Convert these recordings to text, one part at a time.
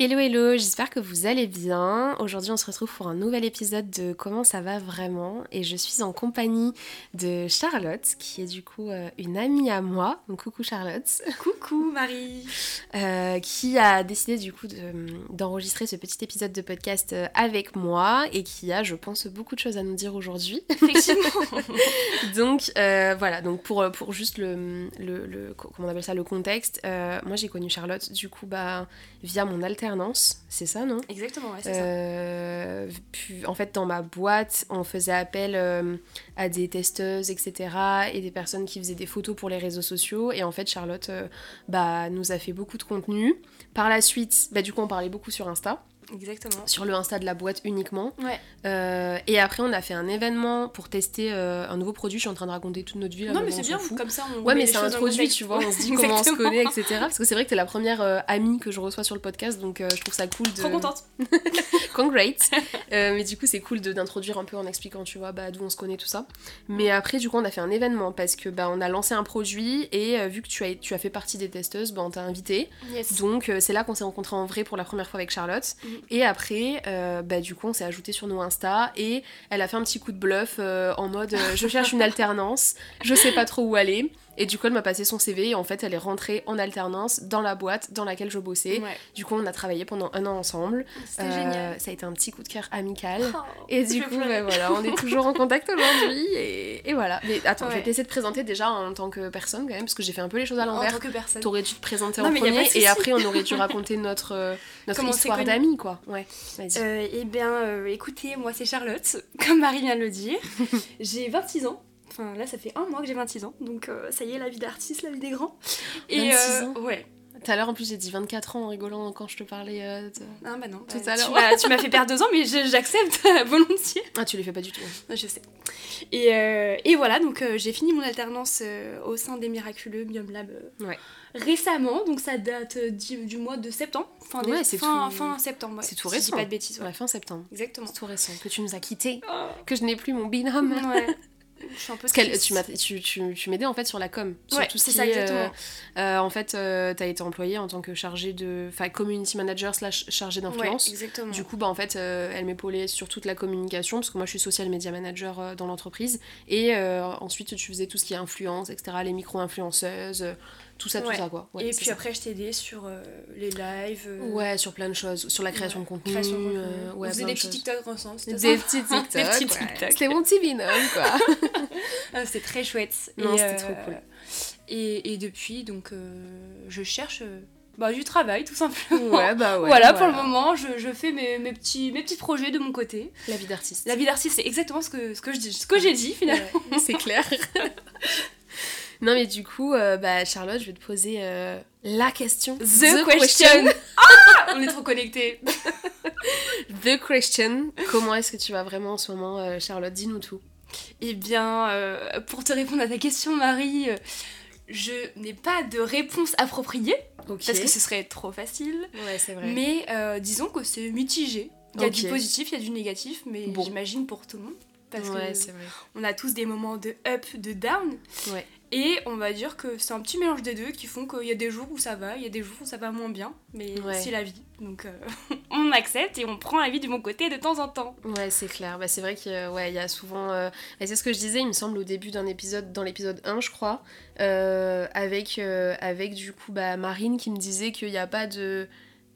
Hello hello, j'espère que vous allez bien. Aujourd'hui on se retrouve pour un nouvel épisode de Comment ça va vraiment et je suis en compagnie de Charlotte qui est du coup euh, une amie à moi. Donc coucou Charlotte. Coucou Marie euh, qui a décidé du coup de- euh, d'enregistrer ce petit épisode de podcast euh, avec moi et qui a je pense beaucoup de choses à nous dire aujourd'hui. Effectivement donc euh, voilà, donc pour, pour juste le, le, le- comment on appelle ça le contexte, euh, moi j'ai connu Charlotte du coup bah via mon alternance, c'est ça non Exactement, ouais, c'est ça. Euh, puis, en fait, dans ma boîte, on faisait appel euh, à des testeuses, etc. et des personnes qui faisaient des photos pour les réseaux sociaux. Et en fait, Charlotte euh, bah, nous a fait beaucoup de contenu. Par la suite, bah, du coup, on parlait beaucoup sur Insta, Exactement. sur le Insta de la boîte uniquement. Ouais. Euh, et après, on a fait un événement pour tester euh, un nouveau produit. Je suis en train de raconter toute notre vie. là, Non, mais bon, on c'est s'en bien, fout. comme ça on. Ouais, met mais les c'est choses dans le introduit, contexte. tu vois, on se dit Ouais, comment on se exactement. connaît, etc. Parce que c'est vrai que t'es la première euh, amie que je reçois sur le podcast, donc euh, je trouve ça cool de... Trop contente Congrats Euh, Mais du coup, c'est cool de- d'introduire un peu en expliquant, tu vois, bah, d'où on se connaît, tout ça. Mais après, du coup, on a fait un événement parce que bah, on a lancé un produit et euh, vu que tu as, tu as fait partie des testeuses, bah, on t'a invité. Yes Donc, euh, c'est là qu'on s'est rencontrés en vrai pour la première fois avec Charlotte. Mhm. Et après, euh, bah, du coup, on s'est ajouté sur nos Insta et elle a fait un petit coup de bluff euh, en mode euh, je cherche une alternance, je sais pas trop où aller. Et du coup, elle m'a passé son CV et en fait, elle est rentrée en alternance dans la boîte dans laquelle je bossais. Ouais. Du coup, on a travaillé pendant un an ensemble. C'était Euh, génial Ça a été un petit coup de cœur amical. Oh, Et je du vais coup, pleurer. ben voilà, on est toujours en contact aujourd'hui. Et, et voilà. Mais attends, je vais Ouais. te laisser te présenter déjà en tant que personne quand même, parce que j'ai fait un peu les choses bah, à En l'envers. tant que personne. T'aurais dû te présenter Non, en mais y a pas de premier et souci. après on aurait dû raconter notre, euh, notre Comment on s'est histoire connus. d'amis, quoi. Ouais, vas-y. Euh, eh bien, euh, écoutez, moi c'est Charlotte, comme Marie vient de le dire. J'ai 26 ans. Enfin, là, ça fait un mois que j'ai 26 ans. Donc, euh, ça y est, la vie d'artiste, la vie des grands. euh, 26 ans. Ouais. Tout à l'heure en plus j'ai dit 24 ans en rigolant quand je te parlais. euh, de- Ah, bah non. bah, Tout à tu l'heure. m'as- Tu m'as fait perdre deux ans, mais je- j'accepte volontiers. Ah, tu les fais pas du tout. Ouais, Je sais. Et, euh, et voilà, donc euh, j'ai fini mon alternance euh, au sein des Miraculeux Biome Lab euh, Ouais. récemment, donc ça date euh, du, du mois de septembre, fin, des- Ouais, c'est fin, tout- fin septembre. ouais, c'est tout si je dis récent. pas de bêtises, Sur ouais. la fin septembre. Exactement. C'est tout récent. Que tu nous as quittés. Oh, Que je n'ai plus mon binôme. ouais. Je suis un peu Parce qu'elle, triste. tu, m'as- tu, tu, tu m'aidais en fait sur la com. Sur Ouais, tout ce c'est qui ça, est, euh, exactement. euh, en fait, euh, t'as été employée en tant que chargée de. Enfin, community manager slash chargée d'influence. Ouais, exactement. Du coup, bah, en fait, euh, elle m'épaulait sur toute la communication, parce que moi, je suis social media manager euh, dans l'entreprise. Et euh, ensuite, tu faisais tout ce qui est influence, etc., les micro-influenceuses, euh, tout ça, Ouais. tout ça, quoi. Ouais, et c'est puis ça. après, je t'ai aidée sur euh, les lives. euh, Ouais, sur plein de choses, sur la création ouais, de contenu. Création de contenu. euh, ouais, On faisait plein des de petits choses. TikTok ensemble. c'était Des sympa. petits TikTok. Des petits ouais. TikTok. C'était mon petit binôme, quoi. Ah, C'était très chouette. Non, Et, euh, c'était trop cool. Et, et depuis, donc, euh, je cherche euh, bah, du travail, tout simplement. Ouais, bah ouais. voilà, pour le moment, je, je fais mes, mes petits, mes petits projets de mon côté. La vie d'artiste. La vie d'artiste, c'est exactement ce que, ce que je dis- ce que j'ai dit finalement. Ouais, c'est clair. non, mais du coup, euh, bah, Charlotte, je vais te poser euh, la question. The question. Ah, on est trop connectés. The question. Comment est-ce que tu vas vraiment en ce moment, euh, Charlotte Dis-nous tout. Eh bien, euh, pour te répondre à ta question, Marie, euh, je n'ai pas de réponse appropriée Ok. parce que ce serait trop facile. Ouais, c'est vrai. Mais euh, disons que c'est mitigé. Il y a du Ok. positif, il y a du négatif, mais Bon. j'imagine pour tout le monde. Parce ouais, que c'est vrai. on a tous des moments de up, de down. Ouais. Et on va dire que c'est un petit mélange des deux qui font qu'il y a des jours où ça va, il y a des jours où ça va moins bien, mais Ouais. c'est la vie. Donc euh, on accepte et on prend la vie du bon côté de temps en temps. Ouais, c'est clair. Bah, c'est vrai que euh, ouais, il y a souvent. euh, et c'est ce que je disais, il me semble, au début d'un épisode, dans l'épisode 1, je crois, euh, avec, euh, avec du coup bah, Marine qui me disait qu'il n'y a pas de.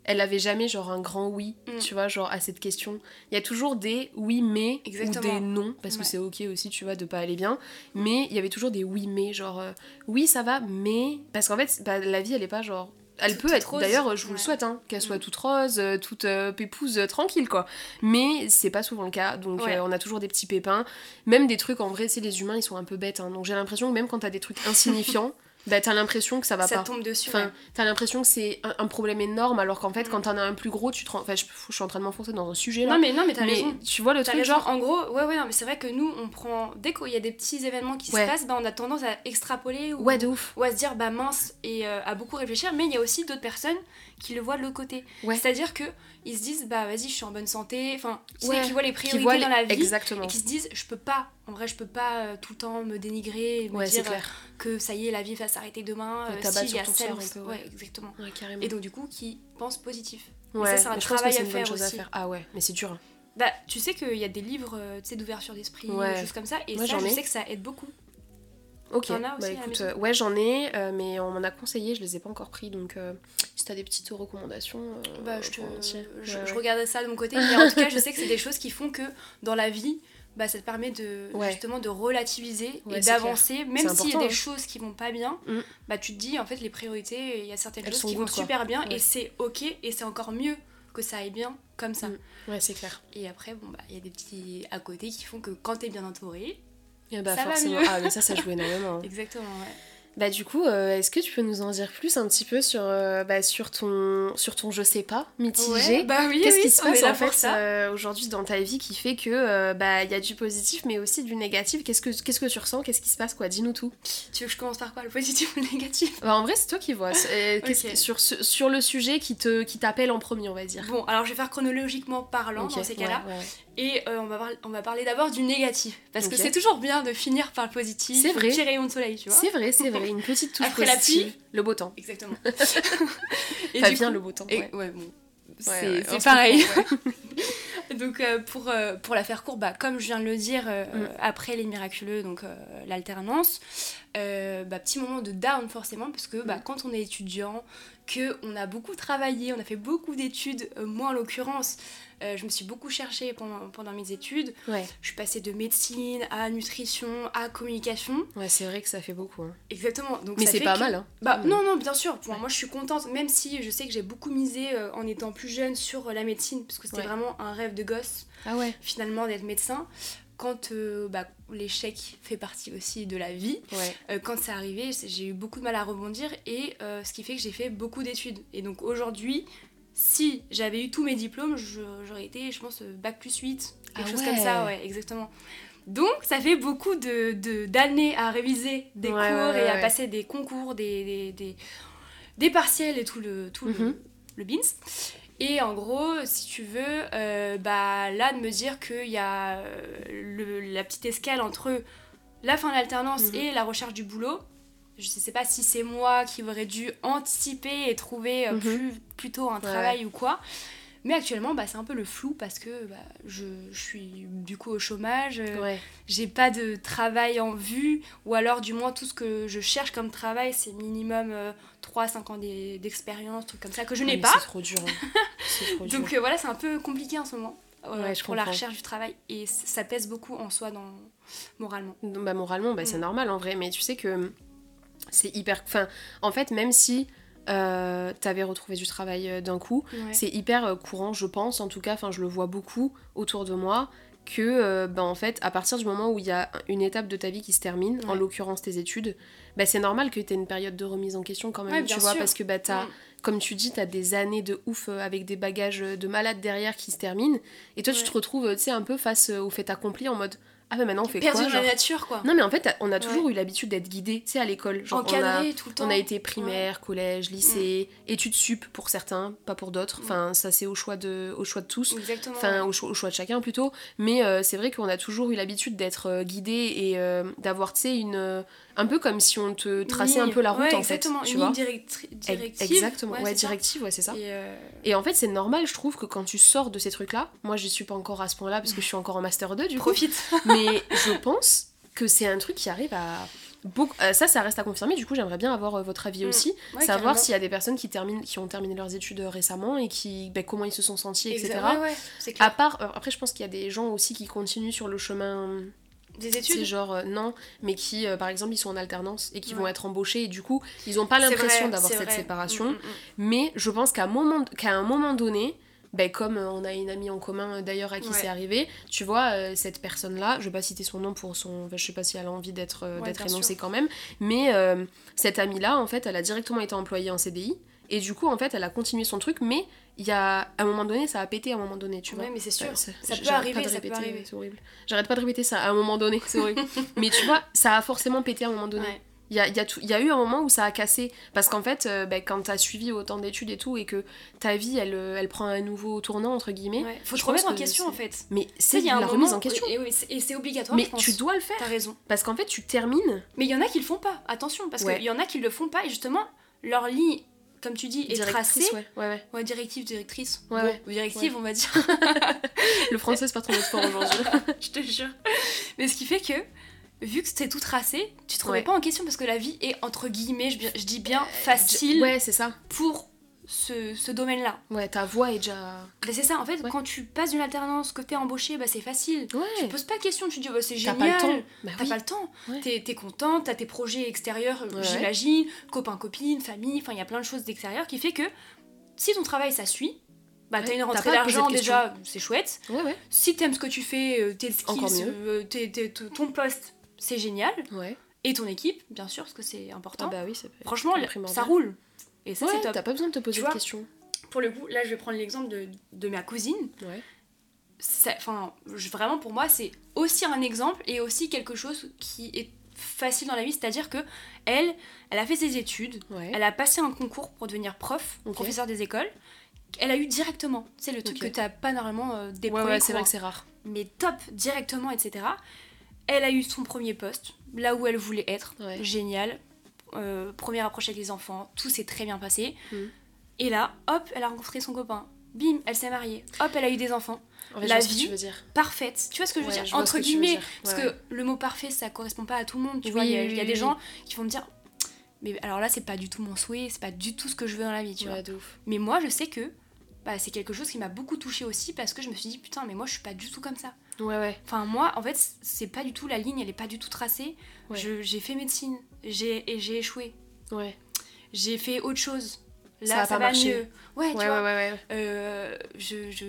Elle avait jamais genre un grand oui, Mm. tu vois, genre à cette question. Il y a toujours des oui mais Exactement. ou des non, parce que Ouais. c'est ok aussi, tu vois, de pas aller bien. Mais il y avait toujours des oui mais, genre euh, oui ça va, mais parce qu'en fait bah, la vie elle est pas genre. Elle Toute- peut toute être, rose. d'ailleurs, je vous le Ouais. souhaite, hein, qu'elle soit Mm. toute rose, euh, toute euh, pépouze, euh, tranquille, quoi mais c'est pas souvent le cas donc Ouais. euh, on a toujours des petits pépins même des trucs en vrai c'est les humains ils sont un peu bêtes hein. donc j'ai l'impression que même quand t'as des trucs insignifiants bah t'as l'impression que ça va ça pas tombe dessus. enfin ouais. t'as l'impression que c'est un, un problème énorme alors qu'en fait Mm. quand t'en as un plus gros tu te rends- enfin je, je suis en train de m'enfoncer dans un sujet là Non mais, non, mais t'as mais raison. tu vois le T'as truc raison. genre en gros, ouais, ouais, non, mais c'est vrai que nous, on prend. Dès qu'il y a des petits événements qui Ouais. se passent, bah, on a tendance à extrapoler ou, ouais de ouf ou à se dire bah mince et euh, à beaucoup réfléchir, mais il y a aussi d'autres personnes qui le voient de l'autre côté. Ouais. C'est-à-dire que ils se disent bah vas-y, je suis en bonne santé, enfin, tu sais, Ouais. qui voient les qui priorités voit dans la vie. exactement et qui se disent je peux pas En vrai, je peux pas euh, tout le temps me dénigrer et me Ouais, c'est dire clair. que ça y est, la vie va s'arrêter demain. Le euh, tabac si, sur il y a ton celle- cerf, un peu, ouais. euh, ouais, exactement. Ouais, carrément. Et donc, du coup, qui pense positif. ouais, ça, c'est un mais je pense que travail c'est à une bonne faire chose aussi. à faire. Ah ouais, mais c'est dur. hein. Bah, tu sais qu'il y a des livres euh, tu sais, d'ouverture d'esprit, Ouais. des choses comme ça, et Moi, ça, j'en je ai. sais que ça aide beaucoup. Ok, T'en as aussi bah à la écoute, maison euh, ouais, j'en ai, euh, mais on m'en a conseillé, je les ai pas encore pris, donc euh, si t'as des petites recommandations, euh, Bah, je, te, on je, tient. je Ouais, ouais. regardais ça de mon côté, mais en tout cas, je sais que c'est des choses qui font que dans la vie, bah, ça te permet de, Ouais. justement de relativiser Ouais, et c'est d'avancer, même s'il y a important, des hein. choses qui vont pas bien, Mm. bah, tu te dis en fait les priorités, il y a certaines Elles sont choses qui vont good, quoi. super bien Ouais. et c'est ok et c'est encore mieux que ça aille bien comme ça. Mm. Ouais, c'est clair. Et après, bon, bah, il y a des petits à côté qui font que quand t'es bien entouré, Et bah, Ça va forcément. mieux. Ah, mais ça, ça joue énormément. hein. exactement, ouais. bah, du coup, euh, est-ce que tu peux nous en dire plus un petit peu sur, euh, bah, sur, ton, sur ton je sais pas mitigé bah oui, Qu'est-ce oui, qui se on est passe là en pour fait euh, aujourd'hui dans ta vie qui fait que euh, bah il y a du positif mais aussi du négatif Qu'est-ce que qu'est-ce que tu ressens Qu'est-ce qui se passe quoi Dis-nous tout. Tu veux que je commence par quoi Le positif ou le négatif Bah, en vrai c'est toi qui vois. C'est- euh, qu'est-ce Ok. qui- sur ce- sur le sujet qui te qui t'appelle en premier on va dire. Bon, alors je vais faire chronologiquement parlant Ok, dans ces cas-là. ouais, ouais, ouais. Et euh, on, va par- on va parler d'abord du négatif. Parce Ok. que c'est toujours bien de finir par le positif. C'est vrai. Petit rayon de soleil, tu vois. C'est vrai c'est vrai une petite touche Après la positive. le beau temps. Exactement. et Enfin, du bien coup- le beau temps. et- ouais. ouais, bon. C'est Ouais, ouais, c'est on se pareil. comprend, ouais. Donc euh, pour, euh, pour la faire courte, bah, comme je viens de le dire, euh, Mm. après les miraculeux, donc euh, l'alternance, euh, bah, petit moment de down forcément, parce que bah, Mm. quand on est étudiant, que on a beaucoup travaillé, on a fait beaucoup d'études, euh, moi en l'occurrence, euh, je me suis beaucoup cherchée pendant, pendant mes études. Ouais. Je suis passée de médecine à nutrition à communication. Ouais, c'est vrai que ça fait beaucoup. hein. Exactement. Donc Mais ça c'est fait pas que- mal hein. Bah Mm. non, non, bien sûr. Pour Ouais. Moi, je suis contente, même si je sais que j'ai beaucoup misé euh, en étant plus jeune sur euh, la médecine, parce que c'était Ouais. vraiment un rêve de gosse, Ah ouais. finalement, d'être médecin. Quand euh, bah, l'échec fait partie aussi de la vie, Ouais. euh, quand c'est arrivé, c'est- j'ai eu beaucoup de mal à rebondir, et euh, ce qui fait que j'ai fait beaucoup d'études. Et donc aujourd'hui, si j'avais eu tous mes diplômes, je- j'aurais été, je pense, euh, bac plus 8, quelque Ah chose ouais. comme ça, ouais, exactement. Donc, ça fait beaucoup d'années de, d'années à réviser des Ouais, cours ouais, ouais, et à ouais. passer des concours, des, des, des, des partiels et tout le, tout Mhm. le, le BINS. Et en gros, si tu veux, euh, bah, là, de me dire qu'il y a euh, le- la petite escale entre la fin de l'alternance Mhm. et la recherche du boulot, je sais pas si c'est moi qui aurais dû anticiper et trouver euh, Mhm. plus, plutôt un travail ou quoi. Mais actuellement, bah, c'est un peu le flou parce que bah, je, je suis du coup au chômage, euh, Ouais. j'ai pas de travail en vue, ou alors du moins tout ce que je cherche comme travail, c'est minimum 3-5 ans d'e- d'expérience, trucs comme ça, que je Ouais, n'ai mais pas. C'est trop dur. hein. C'est trop dur. Donc euh, voilà, c'est un peu compliqué en ce moment euh, Ouais, je pour la comprends. recherche du travail et c- ça pèse beaucoup en soi dans... moralement. Non, bah, moralement, bah, c'est Mm. normal en vrai, mais tu sais que hum, c'est hyper. Enfin, en fait, même si euh, t'avais retrouvé du travail euh, d'un coup, c'est hyper euh, courant, je pense, en tout cas, enfin, je le vois beaucoup autour de moi, que, euh, bah, en fait, à partir du moment où il y a une étape de ta vie qui se termine, en Ouais. l'occurrence tes études, bah, c'est normal que t'aies une période de remise en question quand même, Ouais, tu bien vois, sûr. parce que, bah, t'as, Mm. comme tu dis, t'as des années de ouf euh, avec des bagages euh, de malades derrière qui se terminent, et toi, tu Ouais. te retrouves, euh, tu sais, un peu face euh, au fait accompli en mode, ah, mais maintenant, on fait Perdu quoi dans genre la nature quoi. non, mais en fait, on a toujours eu l'habitude d'être guidé, tu sais, à l'école. Genre, on a, Encadré tout le temps. on a été primaire, collège, lycée, études sup pour certains, pas pour d'autres. Mm. Enfin, ça, c'est au choix de, au choix de tous. Exactement. Enfin, ouais. au, cho- au choix de chacun plutôt. Mais euh, c'est vrai qu'on a toujours eu l'habitude d'être euh, guidé et euh, d'avoir, tu sais, une. euh, un peu comme si on te traçait un Ligne. peu la route, Ouais, en fait. exactement, Tu une vois ligne directri- Ex- directive. Exactement, ouais, c'est ça. directive, ouais, c'est ça. Et, euh, Et en fait, c'est normal, je trouve, que quand tu sors de ces trucs-là, moi, j'y suis pas encore à ce point-là parce que je suis encore en Master 2, du coup. Profite. Mais je pense que c'est un truc qui arrive à beaucoup. euh, ça, ça reste à confirmer. Du coup, j'aimerais bien avoir euh, votre avis Mm, aussi, Ouais, savoir carrément. s'il y a des personnes qui terminent, qui ont terminé leurs études euh, récemment et qui, ben, comment ils se sont sentis, etc. Exact- ouais, ouais, c'est clair. À part, euh, après, je pense qu'il y a des gens aussi qui continuent sur le chemin. euh, Des C'est études. genre euh, non, mais qui, euh, par exemple, ils sont en alternance et qui Ouais. vont être embauchés et du coup, ils n'ont pas C'est l'impression vrai, d'avoir c'est cette vrai. séparation. Mm, mm, mm. Mais je pense qu'à un moment, qu'à un moment donné, ben, comme euh, on a une amie en commun euh, d'ailleurs à qui Ouais. c'est arrivé, tu vois, euh, cette personne-là, je vais pas citer son nom pour son. enfin, je sais pas si elle a envie d'être euh, Ouais, d'être bien énoncée quand même, mais euh, cette amie-là, en fait, elle a directement été employée en CDI. Et du coup, en fait, elle a continué son truc, mais il y a à un moment donné, ça a pété à un moment donné, tu vois. Ouais, mais c'est sûr. Ouais, c'est- Ça j- peut j'arrête arriver, pas de ça peut répéter, arriver. C'est horrible. J'arrête pas de répéter ça à un moment donné, c'est horrible. mais tu vois, ça a forcément pété à un moment donné. Ouais. Il y a, il y, a tout- il y a eu un moment où ça a cassé. Parce qu'en fait, euh, ben, quand t'as suivi autant d'études et tout, et que ta vie, elle, euh, elle prend un nouveau tournant, entre guillemets, Ouais. Faut je te remettre pense en que question en c'est- fait. mais Tu sais, c'est il de y a un la moment- remise en question. Et, oui, c'est- et c'est obligatoire. Mais je pense. tu dois le faire. T'as raison. Parce qu'en fait, tu termines Mais il y en a qui le font pas, attention, parce Ouais. qu'il y en a qui le font pas et justement, leur ligne, comme tu dis, est directrice, tracée. ouais, ouais, ouais. Ouais, directive, directrice. Ouais, Bon, ouais. ou directive, on va dire, Le français, c'est pas trop notre fort aujourd'hui. je te jure. Mais ce qui fait que, vu que c'est tout tracé, tu te remets Ouais. Euh, pas en question parce que la vie est, entre guillemets, je, je dis bien, facile Ouais, c'est ça. pour ce, ce domaine-là. Ouais, ta voix est déjà. Mais c'est ça, en fait, Ouais. quand tu passes d'une alternance, que t'es embauché, bah c'est facile. Tu Ouais. te poses pas de question, tu te dis, bah, c'est T'as génial. pas le temps. Bah T'as oui. pas le temps, Ouais. t'es t'es contente, t'as tes projets extérieurs, euh, Ouais. j'imagine, copains, copines, famille, enfin il y a plein de choses d'extérieur qui fait que si ton travail ça suit, bah Ouais, t'as une t'as rentrée pas à te poser d'argent de déjà, c'est chouette. Ouais, ouais. Si t'aimes ce que tu fais, euh, tes Encore skills, mieux. euh, tes- tes- t- ton poste, c'est génial. Ouais. Et ton équipe, bien sûr, parce que c'est Ah important. bah oui, c'est pas. Franchement, c'est la- primordial. ça roule. Et ça Ouais, c'est top. t'as pas besoin de te poser Tu de vois questions. Pour le coup, là je vais prendre l'exemple de, de ma cousine. Ouais. ça- enfin, je- vraiment pour moi, c'est aussi un exemple et aussi quelque chose qui est facile dans la vie, c'est-à-dire que elle, elle a fait ses études, Ouais. elle a passé un concours pour devenir prof, Ok. professeur des écoles. Elle a eu directement, c'est le truc Ok. que t'as pas normalement euh, des Ouais, premiers ouais, c'est vrai cours, que c'est rare. mais top directement, etc. Elle a eu son premier poste, là où elle voulait être, Ouais. génial. Euh, première approche avec les enfants, tout s'est très bien passé. Mhm. Et là, hop, elle a rencontré son copain. Bim, elle s'est mariée. Hop, elle a eu des enfants En fait, je vois La ce que vie, tu veux dire. parfaite. Tu vois ce que je veux Ouais, dire je vois ce Entre que tu veux guillemets, dire. parce Ouais, que le mot parfait, ça correspond pas à tout le monde. Tu Oui, vois, il y a, il y a oui, des oui. gens qui vont me dire Mais alors là, c'est pas du tout mon souhait, c'est pas du tout ce que je veux dans la vie, tu ouais. vois. Ouais, de ouf. Mais moi, je sais que bah, c'est quelque chose qui m'a beaucoup touchée aussi parce que je me suis dit Putain, mais moi, je suis pas du tout comme ça. Ouais, ouais. Enfin, moi, en fait, c'est pas du tout la ligne, elle est pas du tout tracée. Ouais. Je- J'ai fait médecine j'ai- et j'ai échoué. Ouais. J'ai fait autre chose. Là, Ça ça, a pas va marché. mieux. Ouais, Ouais, tu ouais, vois. ouais, ouais. Euh, je, je...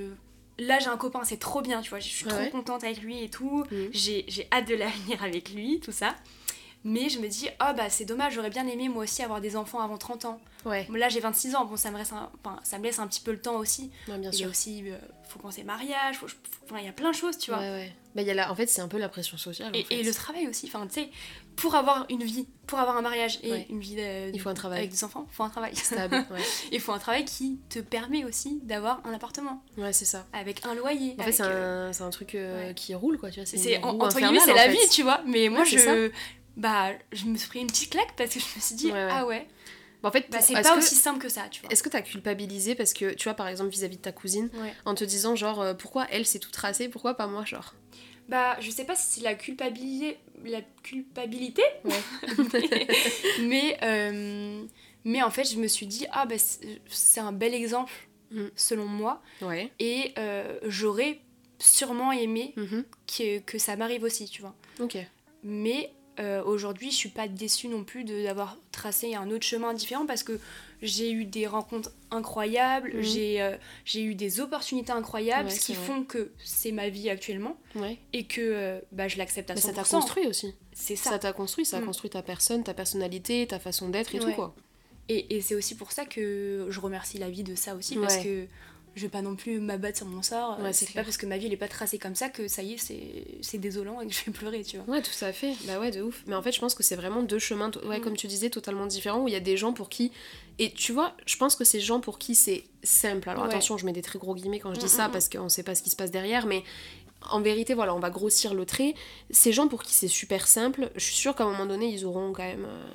Là, j'ai un copain, c'est trop bien, tu vois. Je suis Ouais, trop ouais. contente avec lui et tout. Mhm. J'ai j'ai hâte de l'avenir avec lui, tout ça. Mais je me dis, oh bah c'est dommage, j'aurais bien aimé moi aussi avoir des enfants avant 30 ans. Ouais. Là, j'ai 26 ans, bon, ça me, reste un- enfin, ça me laisse un petit peu le temps aussi. Non, bien Il y a sûr. aussi, euh, faut penser mariage, faut- faut- enfin, il y a plein de choses, tu vois. Ouais, ouais. Bah, il y a la... En fait, c'est un peu la pression sociale. en Et, fait. et le travail aussi, enfin, tu sais, pour avoir une vie, pour avoir un mariage et Ouais. une vie euh, Il faut un travail. avec des enfants, faut un travail. Stable, ouais. Il faut un travail qui te permet aussi d'avoir un appartement, Ouais, c'est ça. avec un loyer. En fait, avec, c'est euh, un, c'est un truc euh, ouais. qui roule, quoi. Tu vois, c'est une en- roue entre infernale, guillemets c'est en la fait. vie tu vois mais moi Ouais, c'est je bah je me suis pris une petite claque parce que je me suis dit Ouais, ouais. ah ouais Bon, en fait, bah pour- c'est est-ce pas que- aussi simple que ça tu vois Est-ce que t'as culpabilisé parce que, tu vois, par exemple, vis-à-vis de ta cousine, Ouais. en te disant, genre, euh, pourquoi elle c'est tout tracé, pourquoi pas moi, genre bah je sais pas si c'est la culpabilité la culpabilité Ouais. mais mais, euh, mais en fait je me suis dit ah bah c'est- c'est un bel exemple Mm. selon moi Ouais. et euh, j'aurais sûrement aimé Mhm. que, que ça m'arrive aussi tu vois Ok. mais euh, aujourd'hui je suis pas déçue non plus de- d'avoir tracé un autre chemin différent parce que j'ai eu des rencontres incroyables, Mhm. j'ai euh, j'ai eu des opportunités incroyables, Ouais, ce qui c'est vrai. font que c'est ma vie actuellement Ouais. et que euh, bah, je l'accepte à Mais 100%. ça t'a construit aussi. C'est ça. Ça t'a construit, ça a Mm. construit ta personne, ta personnalité, ta façon d'être et tout, Ouais. quoi. Et, et c'est aussi pour ça que je remercie la vie de ça aussi parce Ouais. que je vais pas non plus m'abattre sur mon sort. Ouais, c'est c'est clair. pas parce que ma vie elle est pas tracée comme ça que ça y est c'est c'est désolant et que je vais pleurer tu vois. Ouais, tout à fait. Bah ouais, de ouf. Mais en fait, je pense que c'est vraiment deux chemins, to- ouais, Mm. comme tu disais, totalement différents, où il y a des gens pour qui... Et tu vois, je pense que ces gens pour qui c'est simple. Alors Ouais. attention, je mets des très gros guillemets quand je dis Mm, ça, mm, parce qu'on sait pas ce qui se passe derrière, mais... En vérité, voilà, on va grossir le trait. Ces gens pour qui c'est super simple, je suis sûre qu'à un moment donné, ils auront quand même. euh,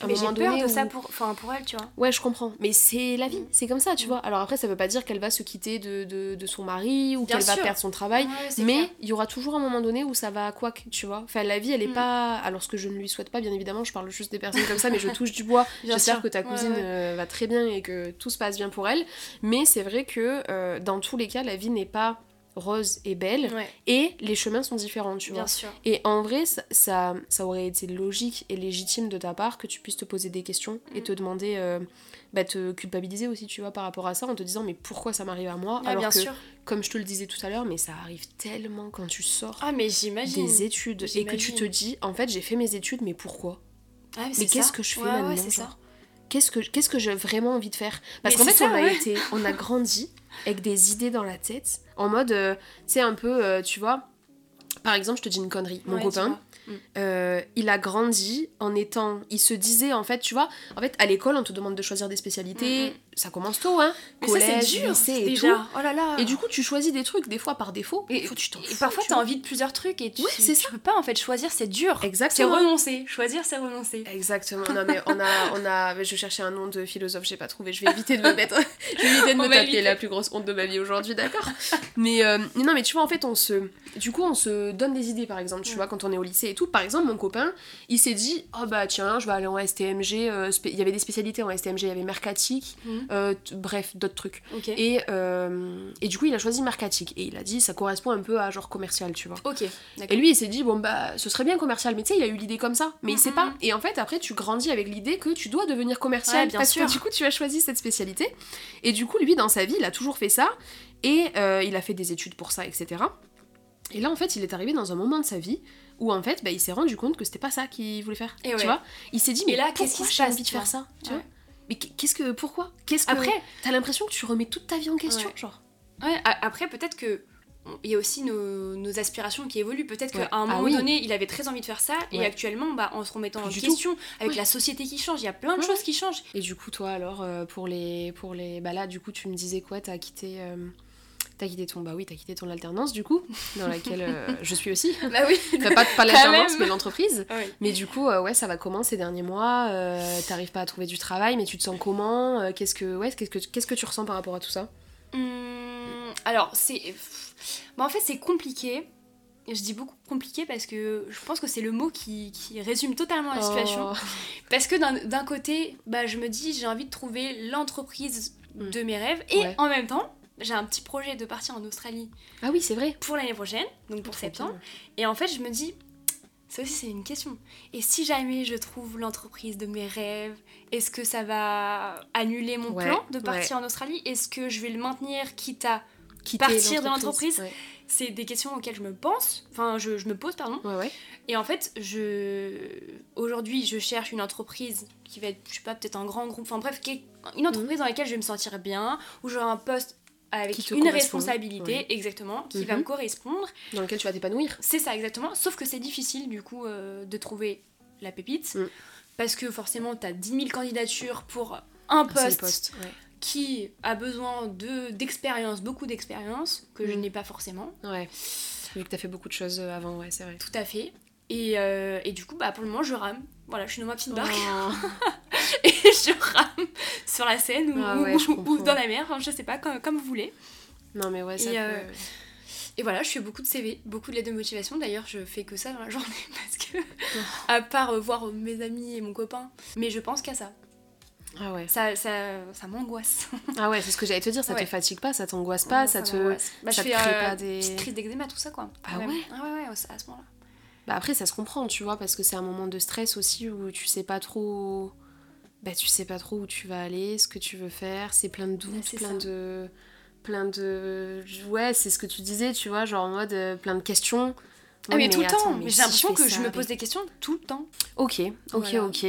un mais j'ai moment peur donné de ça où- pour enfin pour elle tu vois. Ouais, je comprends. Mais c'est la vie, Mm. c'est comme ça, tu Mm. vois. Alors après, ça veut pas dire qu'elle va se quitter de, de, de son mari ou Bien qu'elle va sûr. perdre son travail. Ouais, c'est Mais clair. il y aura toujours un moment donné où ça va à couac, tu vois. Enfin, la vie, elle est Mm. pas. Alors, ce que je ne lui souhaite pas, bien évidemment, je parle juste des personnes comme ça, mais je touche du bois. Bien J'espère sûr. que ta Ouais, cousine ouais. euh, va très bien et que tout se passe bien pour elle. Mais c'est vrai que euh, dans tous les cas, la vie n'est pas rose et belle Ouais, et les chemins sont différents, tu vois. bien sûr. Et en vrai, ça, ça, ça aurait été logique et légitime de ta part que tu puisses te poser des questions et Mm. te demander, euh, bah, te culpabiliser aussi, tu vois, par rapport à ça, en te disant, mais pourquoi ça m'arrive à moi Ah, Alors bien que, sûr. comme je te le disais tout à l'heure, mais ça arrive tellement quand tu sors Ah mais j'imagine. des études et que tu te J'imagine. dis, en fait, j'ai fait mes études, mais pourquoi Ah, Mais c'est qu'est-ce ça. que je fais Ouais, ouais, maintenant c'est ça. genre Qu'est-ce que, qu'est-ce que j'ai vraiment envie de faire Parce Mais qu'en fait, c'est ça, on, a ouais. été, on a grandi avec des idées dans la tête, en mode, euh, tu sais, un peu, euh, tu vois, par exemple, je te dis une connerie, mon Ouais, copain, tu Mm. Euh, il a grandi en étant. Il se disait, en fait, tu vois, en fait, à l'école, on te demande de choisir des spécialités. Mm, mm. Ça commence tôt, hein. Mais ça, c'est Collège, dur, lycée et déjà. tout. Oh là là. Et du coup, tu choisis des trucs, des fois par défaut. Et- des fois, tu t'en Et fous, parfois, tu t'as vois. envie de plusieurs trucs et tu, Ouais, c'est tu ça. peux pas en fait choisir, c'est dur. C'est Exactement. renoncer. Choisir, c'est renoncer. Exactement. Non mais on a, on a, mais je cherchais un nom de philosophe, j'ai pas trouvé. Je vais éviter de me mettre, je vais éviter de On me va taper éviter. la plus grosse honte de ma vie aujourd'hui, d'accord Mais euh, mais non, mais tu vois, en fait, on se, du coup, on se donne des idées, par exemple, tu Ouais. vois, quand on est au lycée et tout. Par exemple, mon copain, il s'est dit, oh bah tiens, je vais aller en STMG. euh, spé- Il y avait des spécialités en STMG, il y avait mercatique, Mhm. euh, t- bref, d'autres trucs. Ok. Eh, Et euh, et du coup, il a choisi mercatique et il a dit, ça correspond un peu à genre commercial, tu vois. Ok. Et lui, il s'est dit, bon, bah, ce serait bien commercial, mais tu sais, il a eu l'idée comme ça, mais il sait Mhm. pas. Et en fait, après, tu grandis avec l'idée que tu dois devenir commercial, Ouais, bien parce sûr. que du coup, tu as choisi cette spécialité. Et du coup, lui, dans sa vie, il a toujours fait ça, et euh, il a fait des études pour ça, etc. Et là, en fait, il est arrivé dans un moment de sa vie où, en fait, bah, il s'est rendu compte que c'était pas ça qu'il voulait faire. Et tu ouais. vois Il s'est dit, Et mais là, là, qu'est-ce qui qu'est-ce se j'ai passe, envie de tu faire vois ça tu Ouais. vois Mais qu'est-ce que. Pourquoi Qu'est-ce que. Après, T'as l'impression que tu remets toute ta vie en question, Ouais. genre. Ouais, a- après, peut-être que. on- Il y a aussi nos, nos aspirations qui évoluent. Peut-être Ouais. qu'à un Ah moment oui. donné, il avait très envie de faire ça, et Ouais. actuellement, bah, en se remettant Plus en du question, avec Ouais. la société qui change, il y a plein de Ouais, choses qui changent. Et du coup, toi, alors, euh, pour les, pour les... Bah là, du coup, tu me disais quoi T'as quitté... euh, T'as quitté ton... Bah oui, t'as quitté ton alternance, du coup, dans laquelle euh, je suis aussi. Bah oui. T'as pas, pas l'alternance, même. mais l'entreprise. Ouais. Mais du coup, euh, ouais, ça va comment ces derniers mois Euh, T'arrives pas à trouver du travail, mais tu te sens comment Euh, Qu'est-ce que... Ouais, qu'est-ce que, qu'est-ce que tu ressens par rapport à tout ça Hum, alors, c'est. pff, bah, en fait, c'est compliqué. Je dis beaucoup compliqué parce que je pense que c'est le mot qui, qui résume totalement la situation. Oh. Parce que d'un- d'un côté, bah, je me dis, j'ai envie de trouver l'entreprise Mm. de mes rêves. Et Ouais. en même temps, j'ai un petit projet de partir en Australie Ah oui, c'est vrai. pour l'année prochaine, donc pour Trop septembre. bien. Et en fait, je me dis, ça aussi, c'est une question. Et si jamais je trouve l'entreprise de mes rêves, est-ce que ça va annuler mon Ouais, plan de partir en Australie Est-ce que je vais le maintenir quitte à. Quitter Partir de l'entreprise. Ouais, C'est des questions auxquelles je me pense, enfin, je, je me pose, pardon. ouais. ouais. Et en fait, je aujourd'hui, je cherche une entreprise qui va être, je sais pas, peut-être un grand groupe, enfin bref, qui est- une entreprise dans laquelle je vais me sentir bien, où j'aurai un poste avec Mm. Qui te une correspond, responsabilité, ouais. exactement, qui va Mhm. me correspondre. Dans lequel tu vas t'épanouir. C'est ça, exactement. Sauf que c'est difficile, du coup, euh, de trouver la pépite, Mm. parce que forcément, t'as 10 000 candidatures pour un Un seul poste poste, ouais. qui a besoin de d'expérience, beaucoup d'expérience, que je Mm. n'ai pas forcément. Ouais. Vu que t'as fait beaucoup de choses euh, avant, ouais, c'est vrai. Tout à fait. Et, euh, et du coup, bah, pour le moment, je rame. Voilà, je suis dans ma petite barque Oh. et je rame sur la Seine ou, Ah ou- ouais, je ou- ou comprends. dans la mer, enfin, je sais pas, comme, comme vous voulez. Non mais ouais, ça Et, peut... euh, Et voilà, je fais beaucoup de CV, beaucoup de lettres de motivation. D'ailleurs, je fais que ça dans la journée parce que, à part euh, voir mes amis et mon copain, mais je pense qu'à ça. Ah ouais. Ça, ça, ça m'angoisse. Ah ouais, c'est ce que j'allais te dire, ça Ouais. te fatigue pas, ça t'angoisse pas, ça, te... m'angoisse. Bah, ça je te fais crée euh, pas des- petite crise d'eczéma, tout ça quoi. Ah Quand même. ouais Ah ouais, ouais, à ce moment-là. Bah après, ça se comprend, tu vois, parce que c'est un moment de stress aussi où tu sais pas trop... Bah tu sais pas trop où tu vas aller, ce que tu veux faire, c'est plein de Ouais, doutes, c'est plein ça. de... Plein de... Ouais, c'est ce que tu disais, tu vois, genre en mode euh, plein de questions. Ah, Ouais, mais, tout le attends, temps, mais j'ai si l'impression fais que je ça me avec- pose des questions tout le temps. Ok, ok, Voilà. ok.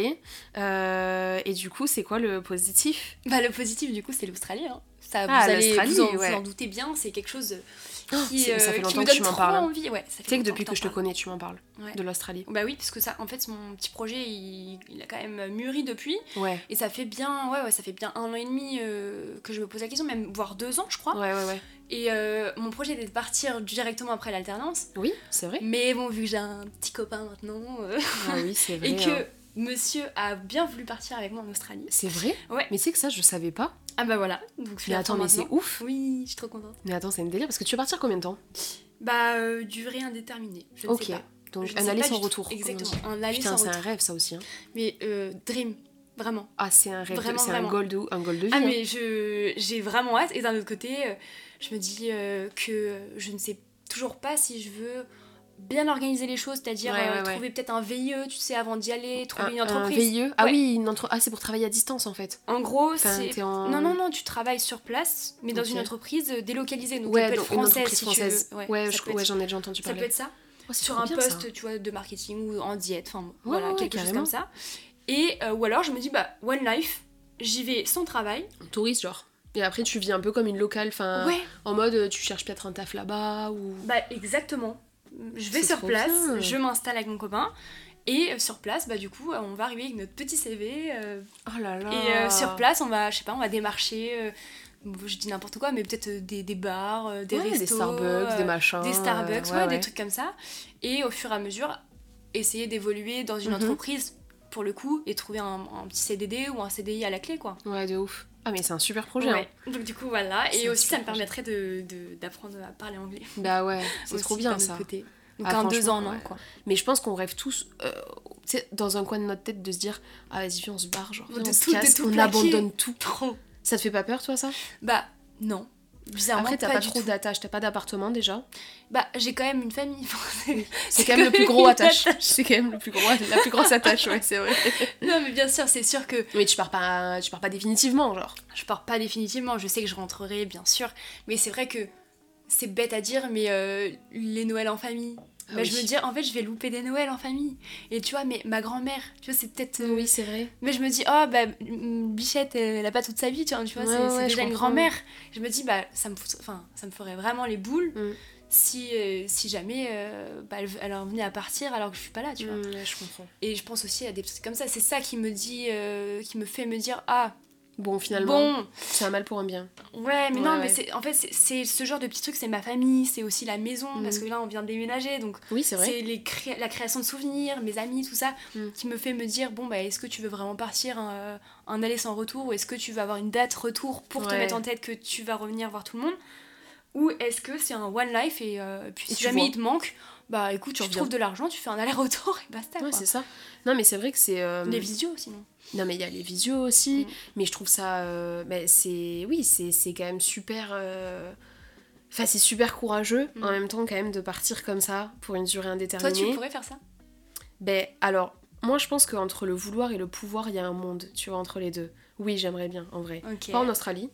Euh, et du coup, c'est quoi le positif Bah, le positif, du coup, c'est l'Australie. hein. Ça, Ah, vous allez l'Australie, vous en, vous ouais. en doutez bien, c'est quelque chose euh, Oh, qui, c'est- ça euh, fait qui longtemps me que donne tu m'en trop parles, hein. envie. Ouais, ça fait Tu sais que longtemps depuis que je te t'en parles. connais, tu m'en parles, Ouais. de l'Australie. Bah oui, parce que ça, en fait, mon petit projet, il, il a quand même euh, mûri depuis. Ouais, Et ça fait bien, ouais, ouais, ça fait bien un an et demi euh, que je me pose la question, même voire deux ans, je crois. ouais, ouais, ouais. Et euh, mon projet était de partir directement après l'alternance. Oui, c'est vrai. Mais bon, vu que j'ai un petit copain maintenant, euh, Ah oui, c'est vrai. et que hein. monsieur a bien voulu partir avec moi en Australie. C'est vrai Ouais. Mais tu sais que ça, je savais pas. Ah bah voilà. Donc je Mais l'apprends attends, mais c'est maintenant. ouf Oui, je suis trop contente. Mais attends, c'est une délire, parce que tu vas partir combien de temps Bah, euh, durée indéterminée. Je ne Ok, sais pas. donc Je ne un sais aller pas sans du tout. retour. comme on dit. Exactement, un aller Putain, sans c'est retour. un rêve ça aussi. hein. Mais euh, dream, vraiment. Ah, c'est un rêve, de- Vraiment, c'est un vraiment. goal de, un goal de vie. Ah, hein. mais je, j'ai vraiment hâte. Et d'un autre côté, euh, je me dis euh, que je ne sais toujours pas si je veux bien organiser les choses, c'est-à-dire Ouais, euh, ouais, ouais. trouver peut-être un VIE, tu sais, avant d'y aller, trouver Un- une un entreprise. VIE Ah Ouais. oui, une entre... ah, c'est pour travailler à distance en fait. En gros, Enfin, c'est. t'es en- Non, non, non, tu travailles sur place, mais dans Ok. une entreprise euh, délocalisée. Donc, elle ouais, peut donc être une française, entreprise si française. tu veux. Ouais, Ouais, ça je- peut être- ouais, j'en ai déjà entendu ça parler. peut être ça. Oh, c'est sur trop un bien, poste, ça. tu vois, de marketing ou en diète, enfin Ouais, voilà, ouais, quelque chose carrément. comme ça. Et euh, ou alors je me dis bah one life, j'y vais sans travail. Touriste, genre. Et après, tu vis un peu comme une locale, enfin, Ouais, en mode euh, tu cherches peut-être un taf là-bas ou. bah exactement. je vais C'est sur trop place, bien. je m'installe avec mon copain. Et euh, sur place, bah du coup, euh, on va arriver avec notre petit CV. euh, Oh là là. Et euh, sur place, on va, je sais pas, on va démarcher. euh, bon, je dis n'importe quoi, mais peut-être euh, des, des bars, euh, des Ouais, restos, des Starbucks, des euh, machins. des Starbucks, euh, ouais, des trucs comme ça. Et au fur et à mesure, essayer d'évoluer dans une Mhm. entreprise pour le coup et trouver un, un petit CDD ou un CDI à la clé, quoi. Ouais, de ouf. Ah, mais c'est un super projet. Ouais. Donc du coup, voilà. C'est Et un aussi, ça super me permettrait de- de- d'apprendre à parler anglais. hein. Bah ouais, c'est aussi, trop par bien notre ça. côté. Donc Ah, un deux franchement, ans, non, ouais. quoi. Mais je pense qu'on rêve tous, euh, tu sais, dans un coin de notre tête, de se dire Ah, vas-y, viens, on se barre, genre, De viens, on se tout- de casse, tout on plaquer. abandonne tout. Trop. Ça te fait pas peur, toi, ça Bah, non. Bizarrement, Après, t'as pas, du trop tout. d'attache, t'as pas d'appartement déjà. Bah, j'ai quand même une famille. C'est quand même le plus gros Une attache. C'est quand même le plus gros, la plus grosse attache, ouais, c'est vrai. non, mais bien sûr, c'est sûr que Mais tu pars pas, tu pars pas définitivement, genre. je pars pas définitivement. Je sais que je rentrerai, bien sûr. Mais c'est vrai que c'est bête à dire, mais euh, les Noëls en famille. Ah bah, oui. je me dis, en fait, je vais louper des Noëls en famille. Et tu vois, mais ma grand-mère, tu vois, c'est peut-être. euh, Oui, c'est vrai. Mais je me dis, oh, bah, mm, Bichette, euh, elle a pas toute sa vie, tu vois, tu vois, Ouais, c'est- ouais, c'est je déjà une comprends. grand-mère. Je me dis, bah, ça me, fout- enfin, ça me ferait vraiment les boules Mm. si, euh, si jamais euh, bah, elle, elle en venait à partir alors que je suis pas là, tu vois. Mm, ouais, je comprends. Et je pense aussi à des trucs comme ça. C'est ça qui me dit, euh, qui me fait me dire, ah, Bon, finalement, bon, c'est un mal pour un bien. ouais, mais Ouais, non, ouais. mais c'est, en fait, c'est- c'est ce genre de petits trucs, c'est ma famille, c'est aussi la maison, Mm. parce que là, on vient de déménager, donc Oui, c'est vrai. c'est les cré- la création de souvenirs, mes amis, tout ça, Mm. qui me fait me dire bon bah est-ce que tu veux vraiment partir un, un aller sans retour ou est-ce que tu vas avoir une date retour pour te Ouais. mettre en tête que tu vas revenir voir tout le monde ou est-ce que c'est un one life et euh, puis Et si tu jamais vois. il te manque bah écoute tu, Tu reviens. trouves de l'argent tu fais un aller-retour et basta Ouais, quoi. c'est ça. Non, mais c'est vrai que c'est. euh, les visios sinon Non, mais il y a les visios aussi. Mm. Mais je trouve ça. euh, ben, c'est. Oui, c'est c'est quand même super. euh, Enfin, c'est super courageux Mm. en même temps, quand même, de partir comme ça pour une durée toi indéterminée. tu pourrais faire ça Ben, alors, moi, je pense qu'entre le vouloir et le pouvoir, il y a un monde, tu vois, entre les deux. Oui, j'aimerais bien, en vrai. ok Pas en Australie.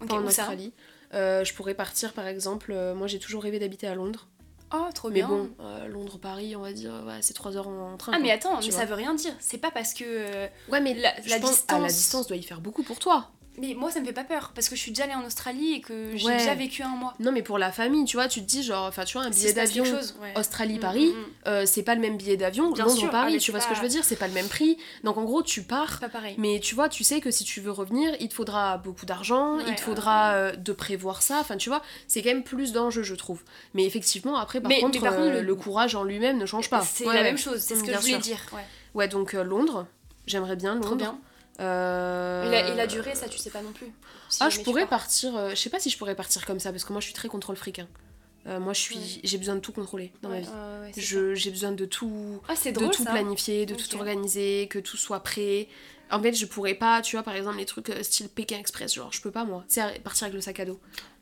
Ok, pas en où ça Australie. Euh, je pourrais partir, par exemple. euh, moi, j'ai toujours rêvé d'habiter à Londres. oh trop Mais bien bon, euh, Londres-Paris, on va dire, ouais, c'est 3 heures en, en train. ah quoi. mais attends tu mais ça veut rien dire c'est pas parce que euh, Ouais, mais la, je la pense- distance ah, la distance doit y faire beaucoup pour toi. mais moi ça me fait pas peur parce que je suis déjà allée en Australie et que j'ai Ouais. déjà vécu un mois Non, mais pour la famille, tu vois, tu te dis genre, enfin, tu vois, un S'il billet se passe quelque d'avion chose, ouais. Australie-Paris, Mm, mm, mm. euh, c'est pas le même billet d'avion Bien sûr, ah, Londres-Paris, mais tu c'est vois ce que pas- je veux dire, c'est pas le même prix. Donc en gros, tu pars, Pas pareil. mais tu vois, tu sais que si tu veux revenir, il te faudra beaucoup d'argent, Ouais, il te faudra euh, de prévoir ça, enfin, tu vois, c'est quand même plus d'enjeux, je trouve. Mais effectivement, après, par Mais- mais contre, par contre, euh, le- le... courage en lui-même ne change pas. C'est Ouais, la ouais. même chose, c'est ce Mm, que je bien voulais sûr. dire. Ouais. Ouais, donc euh, Londres, j'aimerais bien Londres. Trop bien. Euh, Et, la, et la durée, ça, tu sais pas non plus. Si Ah, jamais je tu pourrais pars. partir. euh, je sais pas si je pourrais partir comme ça parce que moi je suis très contrôle fric. hein. Euh, moi je suis, Ouais. j'ai besoin de tout contrôler dans ma Ouais, vie. ouais, ouais, c'est ça. Je, j'ai besoin de tout, Ah, c'est de drôle. tout ça. planifier, de Ok. tout organiser, que tout soit prêt. En fait, je pourrais pas, tu vois, par exemple, les trucs euh, style Pékin Express, genre, je peux pas, moi. Tu sais, partir avec le sac à dos.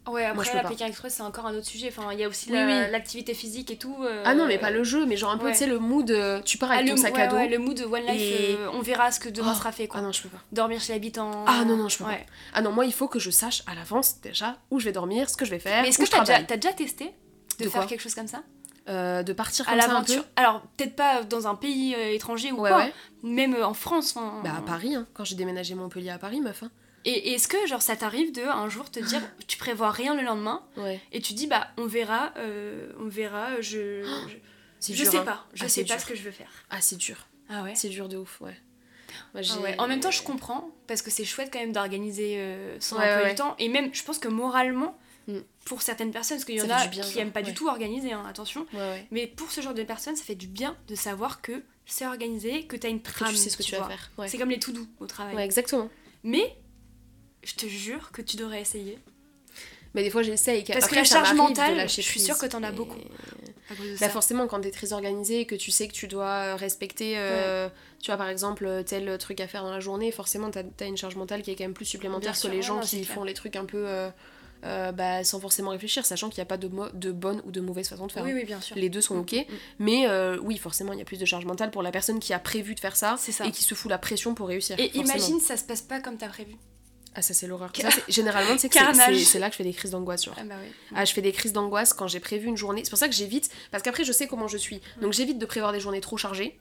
Ouais, après, Moi, je peux la pas. Pékin Express, c'est encore un autre sujet. Enfin, il y a aussi Oui, la- oui. l'activité physique et tout. euh, Ah non, mais pas le jeu, mais genre un peu, ouais. tu sais, le mood, euh, tu pars Ah, avec le, ton sac ouais, à dos. ouais, le mood de One Life, et- euh, on verra ce que demain Oh. sera fait. Quoi. Ah non, je peux pas. Dormir chez l'habitant. Ah, non, non, je peux ouais. Ah non, moi, il faut que je sache à l'avance déjà où je vais dormir, ce que je vais faire, Mais est-ce où que je t'as déjà, travaille. t'as déjà testé de, De faire quoi quelque chose comme ça Euh, de partir À comme ça un peu. l'aventure Alors, peut-être pas dans un pays euh, étranger ou Ouais, quoi. ouais. Même euh, en France. enfin, Bah à Paris, hein. quand j'ai déménagé Montpellier à Paris, hein. ma fin. Et est-ce que genre ça t'arrive de un jour te dire tu prévois rien le lendemain Ouais. et tu dis bah on verra euh, on verra je je, C'est je Oh, dur, sais hein. pas je Ah, sais c'est pas dur. ce que je veux faire Ah, c'est dur. ah ouais, Ah C'est dur de ouf, ouais. Moi, j'ai- En même temps je comprends parce que c'est chouette quand même d'organiser euh, son Ouais, emploi ouais. du temps et même je pense que moralement Mm. pour certaines personnes parce qu'il y Ça en fait a du bien, qui genre, aiment pas du ouais. tout organiser hein, attention Ouais, ouais. mais pour ce genre de personnes ça fait du bien de savoir que c'est organisé que t'as une Que trame tu sais ce que tu, vas vois. faire. Ouais. c'est comme les tout doux au travail Ouais, exactement. mais je te jure que tu devrais essayer Mais des fois, j'essaye. Parce que Après, la ça charge m'arrive de mentale, lâcher je suis prise, sûre que t'en as mais- beaucoup. à cause de Bah ça. forcément, quand t'es très organisée, que tu sais que tu dois euh, respecter, euh, tu vois, par exemple, euh, tel truc à faire dans la journée, forcément, t'as as une charge mentale qui est quand même plus Bien supplémentaire que sûr, Ah les non, gens non, c'est qui clair. font les trucs un peu euh, euh, bah, sans forcément réfléchir, sachant qu'il n'y a pas de, mo- de bonne ou de mauvaise façon de faire. oui hein. oui bien sûr les deux sont ok. mm, Mais euh, oui, forcément, il y a plus de charge mentale pour la personne qui a prévu de faire ça, C'est ça. et qui se fout la pression pour réussir. Et forcément. imagine, ça se passe pas comme t'as prévu. Ah, ça, c'est l'horreur. Car- Ça, c'est- Généralement, c'est que c'est- Carnage. c'est c'est là que je fais des crises d'angoisse. genre. Ah bah oui. Ah, je fais des crises d'angoisse quand Mm. j'ai prévu une journée. C'est pour ça que j'évite, parce qu'après, je sais comment je suis. Donc, j'évite de prévoir des journées trop chargées.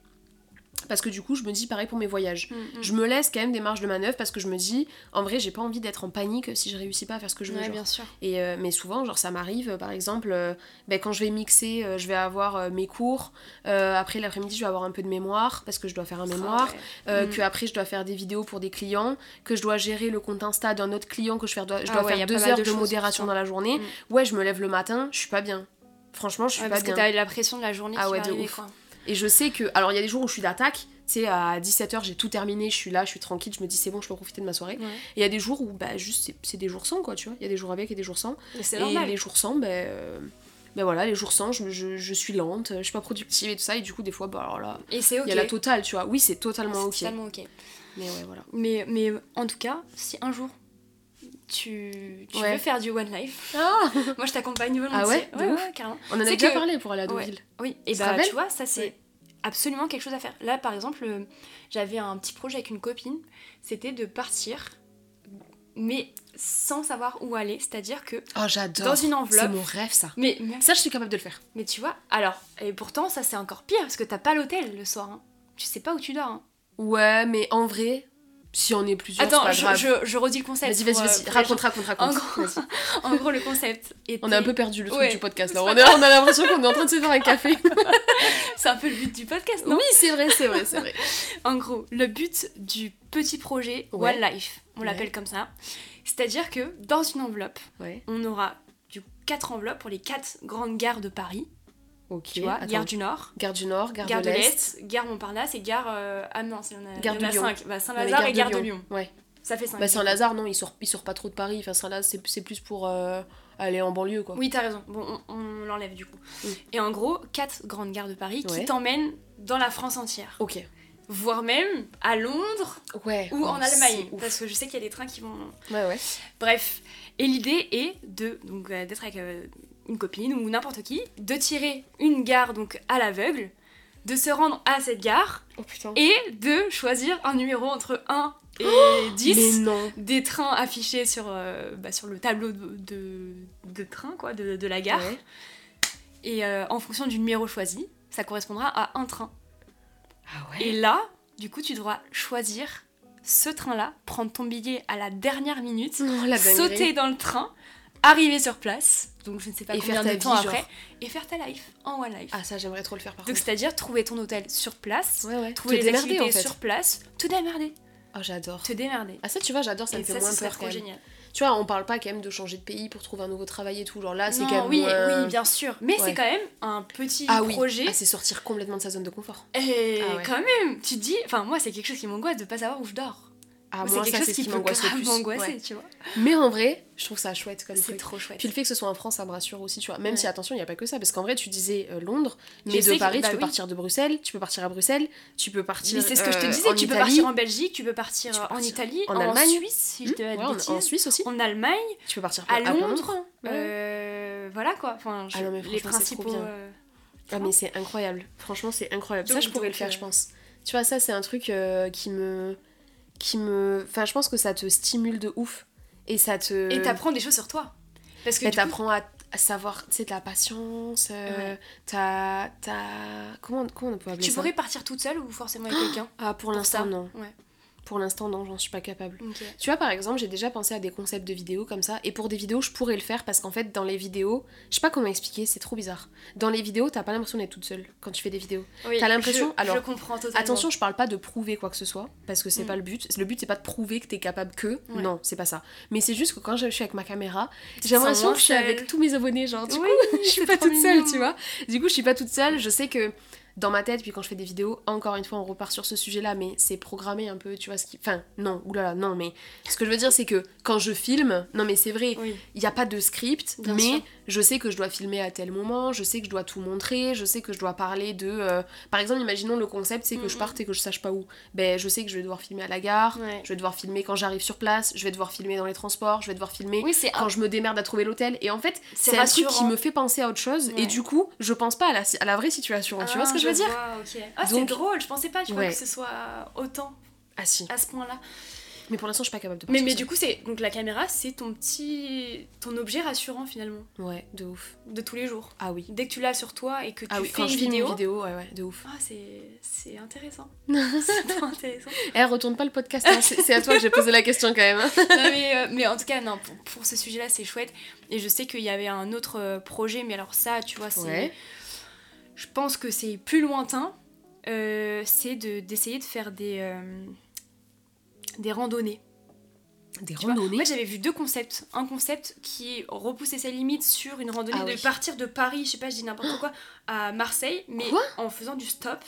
Parce que du coup, je me dis pareil pour mes voyages. Mm, mm. Je me laisse quand même des marges de manœuvre parce que je me dis, en vrai, j'ai pas envie d'être en panique si je réussis pas à faire ce que je veux. Ouais, genre. bien sûr. Et, euh, mais souvent, genre, ça m'arrive, euh, par exemple, euh, ben, quand je vais mixer, euh, je vais avoir euh, mes cours. euh, après l'après-midi, je vais avoir un peu de mémoire parce que je dois faire un mémoire. Ah ouais. euh, Mm. Que après, je dois faire des vidéos pour des clients. Que je dois gérer le compte Insta d'un autre client. Que je, faire- dois, je Ah dois ouais, y faire a pas deux mal heures de de, choses qui modération sont- dans la journée. Ouais, je me lève le matin, je suis pas bien. Franchement, je suis Ouais, pas parce que bien. t'as la pression de la journée Ah qui ouais, va de arriver, ouf. quoi. Et je sais que. Alors, il y a des jours où je suis d'attaque. Tu sais, à 17h, j'ai tout terminé, je suis là, je suis tranquille, je me dis c'est bon, je peux profiter de ma soirée. Ouais. Et il y a des jours où, bah, juste, c'est- c'est des jours sans, quoi, tu vois. Il y a des jours avec et des jours sans. Mais c'est Et normal. les jours sans, ben. euh, ben voilà, les jours sans, je, je- je suis lente, je suis pas productive et tout ça, et du coup, des fois, bah alors là, Et c'est ok. il y a la totale, tu vois. Oui, c'est totalement ok. C'est totalement ok. Mais ouais, voilà. Mais, mais en tout cas, si un jour tu, tu Ouais. veux faire du One Life, Ah moi je t'accompagne volontiers. Ah ouais De ouais, ouf. ouais, carrément. On en C'est a déjà que- parlé pour aller à Ouais. Deauville. Oui, et te bah rappelles tu vois, ça c'est Ouais. absolument quelque chose à faire. Là par exemple, euh, j'avais un petit projet avec une copine, c'était de partir, mais sans savoir où aller, c'est-à-dire que. Oh, j'adore. Dans une enveloppe. C'est mon rêve, ça. Mais, mais, Ça, je suis capable de le faire. mais tu vois, alors, et pourtant ça c'est encore pire parce que t'as pas l'hôtel le soir. hein. Tu sais pas où tu dors. hein. Ouais, mais en vrai, si on est plusieurs, c'est Attends, pas je, grave. je, je redis le concept. Vas-y, vas-y, pour, euh, vas-y, pour les raconte, raconte, raconte. En gros, Vas-y. gens. En gros, le concept était... On a un peu perdu le truc Ouais. du podcast C'est là. On pas a, on a l'impression qu'on est en train de se faire un café. C'est un peu le but du podcast, non oui, c'est vrai, c'est vrai, c'est vrai. En gros, le but du petit projet Ouais. One Life, on Ouais. l'appelle comme ça, c'est-à-dire que dans une enveloppe, Ouais. on aura du quatre enveloppes pour les quatre grandes gares de Paris, Ok. tu vois, attends. gare du Nord, Gare du Nord, gare, Gare, de l'Est, gare Montparnasse et gare euh, ah non, il y en a, il y Gare en de a Lyon. cinq, Bah, Non, mais Saint-Lazare et gare de Lyon. Ouais. Ça fait cinq. Bah Saint-Lazare, non, il sort, il sort pas trop de Paris. Enfin, Saint-Lazare, c'est, c'est plus pour euh, aller en banlieue, quoi. Oui, t'as raison. Bon, on, on l'enlève du coup. Mm. Et en gros, quatre grandes gares de Paris qui Ouais. t'emmènent dans la France entière, Ok. voire même à Londres Ouais. ou en ouais, Oh, Allemagne, c'est ouf. parce que je sais qu'il y a des trains qui vont Ouais, ouais. Bref, et l'idée est de donc euh, d'être avec euh, une copine ou n'importe qui, de tirer une gare donc à l'aveugle, de se rendre à cette gare Oh putain. et de choisir un numéro entre 1 et 10 Mais non. des trains affichés sur, euh, bah, sur le tableau de, de, de train quoi de, de la gare Ouais. et euh, en fonction du numéro choisi, ça correspondra à un train. Ah ouais. Et là, du coup, tu devras choisir ce train-là, prendre ton billet à la dernière minute Non, la dinguerie. sauter dans le train, arriver sur place, donc je ne sais pas Et combien faire ta de temps vie, après, genre. et faire ta life en one life. Ah ça, j'aimerais trop le faire par donc contre. c'est-à-dire trouver ton hôtel sur place, Ouais, ouais. trouver Te les démerder, activités en fait. sur place, te démerder, Oh j'adore. te démerder. Ah ça, tu vois, j'adore. Ça et me fait ça, moins ce serait peur trop quand même. génial. Tu vois, on parle pas quand même de changer de pays pour trouver un nouveau travail et tout. Genre là, Ah, c'est Non, quand même oui, moins- oui, bien sûr. Mais c'est Ouais. quand même un petit ah oui. projet. Ah, c'est sortir complètement de sa zone de confort. et Ah ouais. quand même, tu te dis, enfin moi c'est quelque chose qui m'angoisse de pas savoir où je dors. Ah c'est moi, quelque ça, chose c'est ce qui peut m'angoisse le grave plus. m'angoisser, Ouais. tu vois. Mais en vrai, je trouve ça chouette comme C'est truc. trop chouette. Puis le fait que ce soit en France, ça me rassure aussi, tu vois. Même Ouais. si, attention, il n'y a pas que ça, parce qu'en vrai, tu disais euh, Londres, Je mais sais de que- Paris, bah tu peux oui. partir de Bruxelles, tu peux partir à Bruxelles, tu peux partir. Mais c'est ce que je te euh, disais, en tu peux Italie. partir en Belgique, tu peux partir, Tu peux en partir Italie, en en, Allemagne. Suisse, si je te dis Hmm, pas de ouais, en- bêtises, en, Suisse aussi, en Allemagne. tu peux partir à plein- plein Londres. Ah, Ouais. Euh, voilà quoi. Enfin, je- Ah non, mais les franchement, c'est trop principaux. bien. euh, Ah, mais c'est incroyable, franchement, c'est incroyable. ça, Donc- je pourrais donc, le faire, euh, je pense. Tu vois, ça, c'est un truc euh, qui me. qui me. Enfin, je pense que ça te stimule de ouf. Et ça te. Et t'apprends des choses sur toi. Parce que Bah, du coup, euh, t'apprends à, à savoir, tu sais, de la patience, euh, t'as, t'as- Comment, comment on peut appeler tu ça pourrais partir toute seule ou forcément avec quelqu'un. Ah, pour ça, l'instant, non. ouais. Pour l'instant, non, j'en suis pas capable. Ok. Tu vois, par exemple, j'ai déjà pensé à des concepts de vidéos comme ça, et pour des vidéos, je pourrais le faire parce qu'en fait, dans les vidéos, je sais pas comment expliquer, c'est trop bizarre. Dans les vidéos, t'as pas l'impression d'être toute seule quand tu fais des vidéos. Oui, T'as l'impression- je- alors, Je comprends totalement. Attention, je parle pas de prouver quoi que ce soit, parce que c'est Mm. pas le but. Le but, c'est pas de prouver que t'es capable que. Ouais. Non, c'est pas ça. Mais c'est juste que quand je suis avec ma caméra, te j'ai sens l'impression moins que je suis seule. avec tous mes abonnés, genre, du Oui, coup, je Oh, c'est suis pas trop toute seule, mignon. tu vois. Du coup, je suis pas toute seule. Je sais que dans ma tête, puis quand je fais des vidéos, encore une fois, on repart sur ce sujet-là, mais c'est programmé un peu, tu vois, ce qui. Enfin, non, oulala, non, mais ce que je veux dire, c'est que quand je filme, non, mais c'est vrai, Oui. il n'y a pas de script, Bien mais sûr. je sais que je dois filmer à tel moment, je sais que je dois tout montrer, je sais que je dois parler de. euh, Par exemple, imaginons le concept, c'est que je Mhm. parte et que je sache pas où. Ben, je sais que je vais devoir filmer à la gare, Ouais. je vais devoir filmer quand j'arrive sur place, je vais devoir filmer dans les transports, je vais devoir filmer. Oui, c'est Quand je me démerde à trouver l'hôtel, et en fait, C'est c'est un truc qui rassurant. me fait penser à autre chose, Ouais. et du coup, je pense pas à la, à la vraie situation. tu vois ce que je veux dire Ah, ok. Ah, c'est Donc- drôle. Je pensais pas, tu vois, Ouais. que ce soit autant Ah si. à ce point-là. Mais pour l'instant, je suis pas capable de Mais, mais penser du coup, c'est donc la caméra, c'est ton petit, ton objet rassurant finalement ça. Ouais, de ouf. de tous les jours. Ah oui. Dès que tu l'as sur toi et que tu Ah oui, fais quand une je filme vidéo, une vidéo, ouais, ouais, de ouf. Ah, c'est c'est intéressant. c'est trop intéressant. Eh, retourne pas le podcast, hein, c'est c'est à toi que j'ai posé la question quand même. hein. Non, mais, euh, mais en tout cas, non, pour, pour ce sujet-là, c'est chouette. Et je sais qu'il y avait un autre euh, projet, mais alors ça, tu vois, c'est. Ouais. Je pense que c'est plus lointain. euh, c'est de- d'essayer de, faire des, euh, des randonnées. Des tu vois. En randonnées. fait, j'avais vu deux concepts. Un concept qui repoussait ses limites sur une randonnée, Ah de oui. partir de Paris, je sais pas, je dis n'importe quoi, à Marseille, mais Quoi en faisant du stop.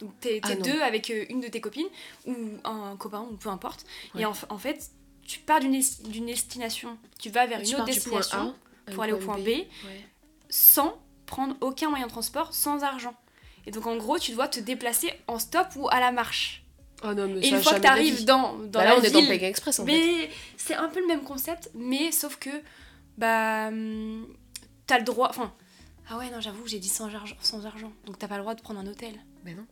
Donc t'es Ah t'es non. deux avec euh, une de tes copines ou un copain ou peu importe. Ouais. Et en, f- en fait, tu pars d'une es- d'une destination, tu vas vers une Tu autre pars du point destination A à pour aller au point B, Ouais. sans prendre aucun moyen de transport, sans argent. Et donc en gros, tu dois te déplacer en stop ou à la marche. Oh non, mais Et ça, une fois que jamais de la t'arrives vie. dans, dans Bah la là, on est dans ville, Pékin Express en fait. mais c'est un peu le même concept, mais sauf que bah hum, t'as le droit. Enfin, ah ouais non j'avoue j'ai dit sans argent, sans argent, donc t'as pas le droit de prendre un hôtel. Bah non.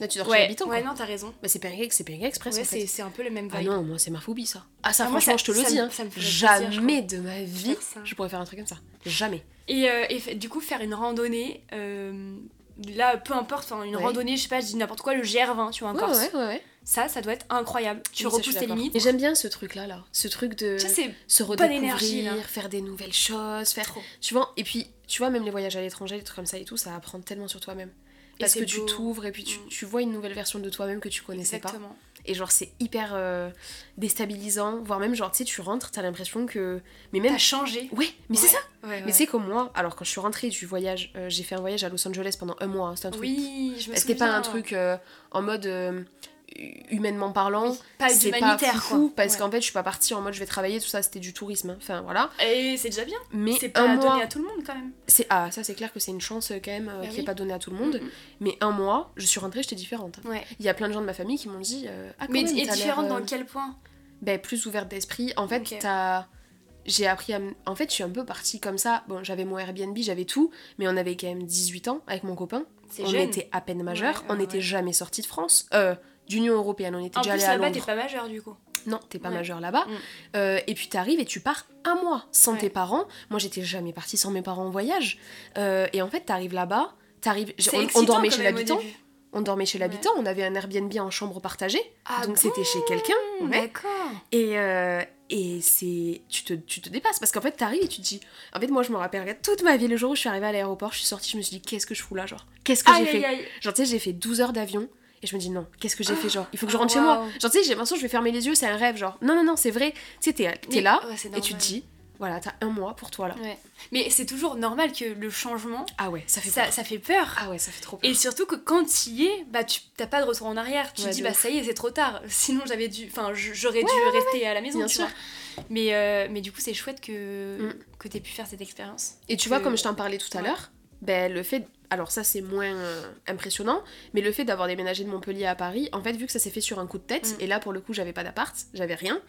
Là, tu dors chez ouais, l'habitant. ouais quoi. non t'as raison. Bah, c'est Pékin c'est Pékin Express Ouais, en c'est fait. c'est un peu le même vibe. Ah non, moi, c'est ma phobie ça. Ah, ça, Ah, moi, franchement, je ça- te le ça dis. me- hein. ça me fait plaisir, je Jamais de ma vie, Faire ça. je pourrais faire un truc comme ça. Jamais. Et, euh, et fait- du coup, faire une randonnée, euh, là, peu importe, enfin, une Ouais. randonnée, je sais pas, je dis n'importe quoi, le GR20, tu vois, en Ouais, Corse. ouais, ouais, ouais. Ça, ça doit être incroyable. Tu Oui, ça, je suis repousses tes d'accord. limites. Et j'aime bien ce truc-là, là. Ce truc de Tu sais, se c'est d'énergie, là. redécouvrir, faire des nouvelles choses, faire. trop. Tu vois, et puis, tu vois, même les voyages à l'étranger, des trucs comme ça et tout, ça apprend tellement sur toi-même. Parce c'est que tu beau. t'ouvres et puis tu, Mm. tu vois une nouvelle version de toi-même que tu connaissais pas. Exactement. Et genre, c'est hyper euh, déstabilisant, voire même, genre, tu sais, tu rentres, t'as l'impression que. Mais même. T'as changé. Ouais, mais c'est Ouais, ça! Ouais, ouais. Mais c'est comme moi, alors quand je suis rentrée du voyage, euh, j'ai fait un voyage à Los Angeles pendant un mois, hein, c'est un truc Oui, je me souviens. hein. C'était pas un truc euh, en mode euh, humainement parlant. Oui, pas c'est pas d'humanitaire, fou quoi. parce Ouais. qu'en fait, je suis pas partie en mode je vais travailler, tout ça, c'était du tourisme. hein. Enfin voilà. Et c'est déjà bien. Mais euh, C'est pas un donné mois, à tout le monde, quand même. c'est ah ça c'est clair que c'est une chance euh, quand même euh, Bah qui oui. est pas donnée à tout le monde. Mm, Mais un mois, je suis rentrée, j'étais différente. mm. Ouais. Il y a plein de gens de ma famille qui m'ont dit euh, ah quand Mais même, et t'as l'air, différente euh, dans quel point ben, plus ouverte d'esprit. En fait, Ok. t'as- J'ai appris à. m- En fait, je suis un peu partie comme ça. Bon, j'avais mon Airbnb, j'avais tout, mais on avait quand même 18 ans avec mon copain. C'est on jeune. était à peine majeur, Ouais, on ouais, n'était ouais. jamais sorti de France, euh, d'Union Européenne, on était En plus, déjà allé à là-bas, t'es Londres. pas majeur, du coup. Non, t'es pas Ouais. majeur là-bas. Mm. Euh, et puis t'arrives et tu pars un mois sans Ouais. tes parents. Moi, j'étais jamais partie sans mes parents en voyage. Euh, et en fait, t'arrives là-bas, t'arrives. C'est on- On, excitant, dormait quand chez même, au l'habitant. début. On dormait chez l'habitant. On avait un Airbnb en chambre partagée, Ah donc bon c'était chez quelqu'un. ouais. D'accord. Et, euh, et c'est tu te, tu te dépasses parce qu'en fait t'arrives et tu te dis en fait moi je me rappellerai toute ma vie le jour où je suis arrivée à l'aéroport je suis sortie je me suis dit qu'est-ce que je fous là genre qu'est-ce que j'ai Aïe, fait aïe, aïe. genre tu sais j'ai fait 12 heures d'avion et je me dis non qu'est-ce que j'ai fait genre il faut que je Ah, rentre chez moi waouh. genre tu sais j'ai l'impression que je vais fermer les yeux c'est un rêve genre non non non c'est vrai tu sais t'es t'es Mais- là ouais, c'est et tu te normal. dis voilà t'as un mois pour toi là Ouais. Mais c'est toujours normal que le changement, ah ouais ça fait ça, peur. ça fait peur. ah ouais ça fait trop peur Et surtout que quand tu y es, bah tu t'as pas de retour en arrière. Tu Ouais, te dis de bah ouf. ça y est, c'est trop tard. Sinon j'avais dû, enfin j- j'aurais dû rester à la maison, Bien tu sûr. vois. Mais euh, mais du coup c'est chouette que Mm. que t'aies pu faire cette expérience. Et tu vois, que- comme je t'en parlais tout à Ouais. l'heure, ben, le fait. Alors, ça, c'est moins euh, impressionnant, mais le fait d'avoir déménagé de Montpellier à Paris, en fait, vu que ça s'est fait sur un coup de tête, Mm. et là, pour le coup, j'avais pas d'appart, j'avais rien,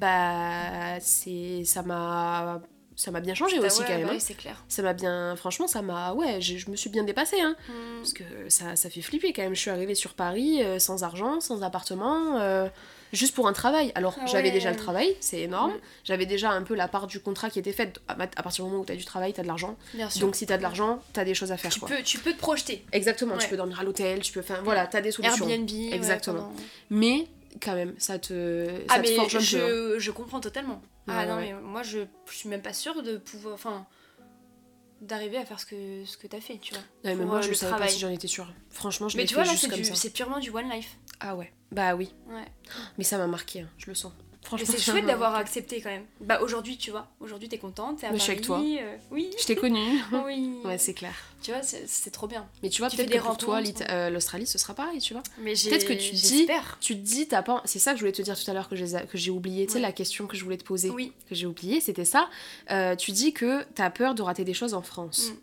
bah, c'est. Ça m'a. Ça m'a bien changé Bah aussi, ouais, quand même. bah hein. oui, c'est clair. Ça m'a bien. Franchement, ça m'a. Ouais, j'ai- je me suis bien dépassée, hein. Mm. Parce que ça, ça fait flipper quand même. Je suis arrivée sur Paris euh, sans argent, sans appartement, euh, juste pour un travail. Alors Ah j'avais ouais. déjà le travail, c'est énorme. Mm. J'avais déjà un peu la part du contrat qui était faite. À, à partir du moment où t'as du travail, t'as de l'argent. Bien sûr. Donc si t'as de l'argent, t'as des choses à faire. tu quoi. peux tu peux te projeter. Exactement, Ouais. tu peux dormir à l'hôtel, tu peux. Enfin voilà, t'as des solutions. Airbnb. ouais, Exactement. pendant- Mais quand même, ça te, ça Ah te mais forge un peu. hein. je, je comprends totalement. ah Ouais, non ouais. mais moi je, je suis même pas sûre de pouvoir, enfin d'arriver à faire ce que ce que t'as fait, tu vois. Ouais, mais pour, moi euh, je le savais travail. pas si j'en étais sûre. Franchement, je mais l'ai tu fait vois là juste c'est comme du- ça. c'est purement du one life. Ah ouais, bah oui. Ouais. Mais ça m'a marqué, hein, je le sens. Mais Franchement, c'est ça chouette m'a- d'avoir accepté quand même. Bah aujourd'hui, tu vois, aujourd'hui t'es contente, t'es à Mais je suis Paris. avec euh, oui. Je t'ai connue. Oui. ouais, c'est clair. Tu vois, c'est c'est trop bien. Mais tu vois, Tu peut-être fais que des pour toi, rencontres. hein. l'It- euh, l'Australie, ce sera pareil, tu vois. Mais j'ai- Peut-être que tu dis- j'espère. Tu te dis, t'as pas. C'est ça que je voulais te dire tout à l'heure que j'ai que j'ai oublié. Tu sais, Ouais. la question que je voulais te poser, Oui. que j'ai oubliée, c'était ça. Euh, tu dis que t'as peur de rater des choses en France. Mm.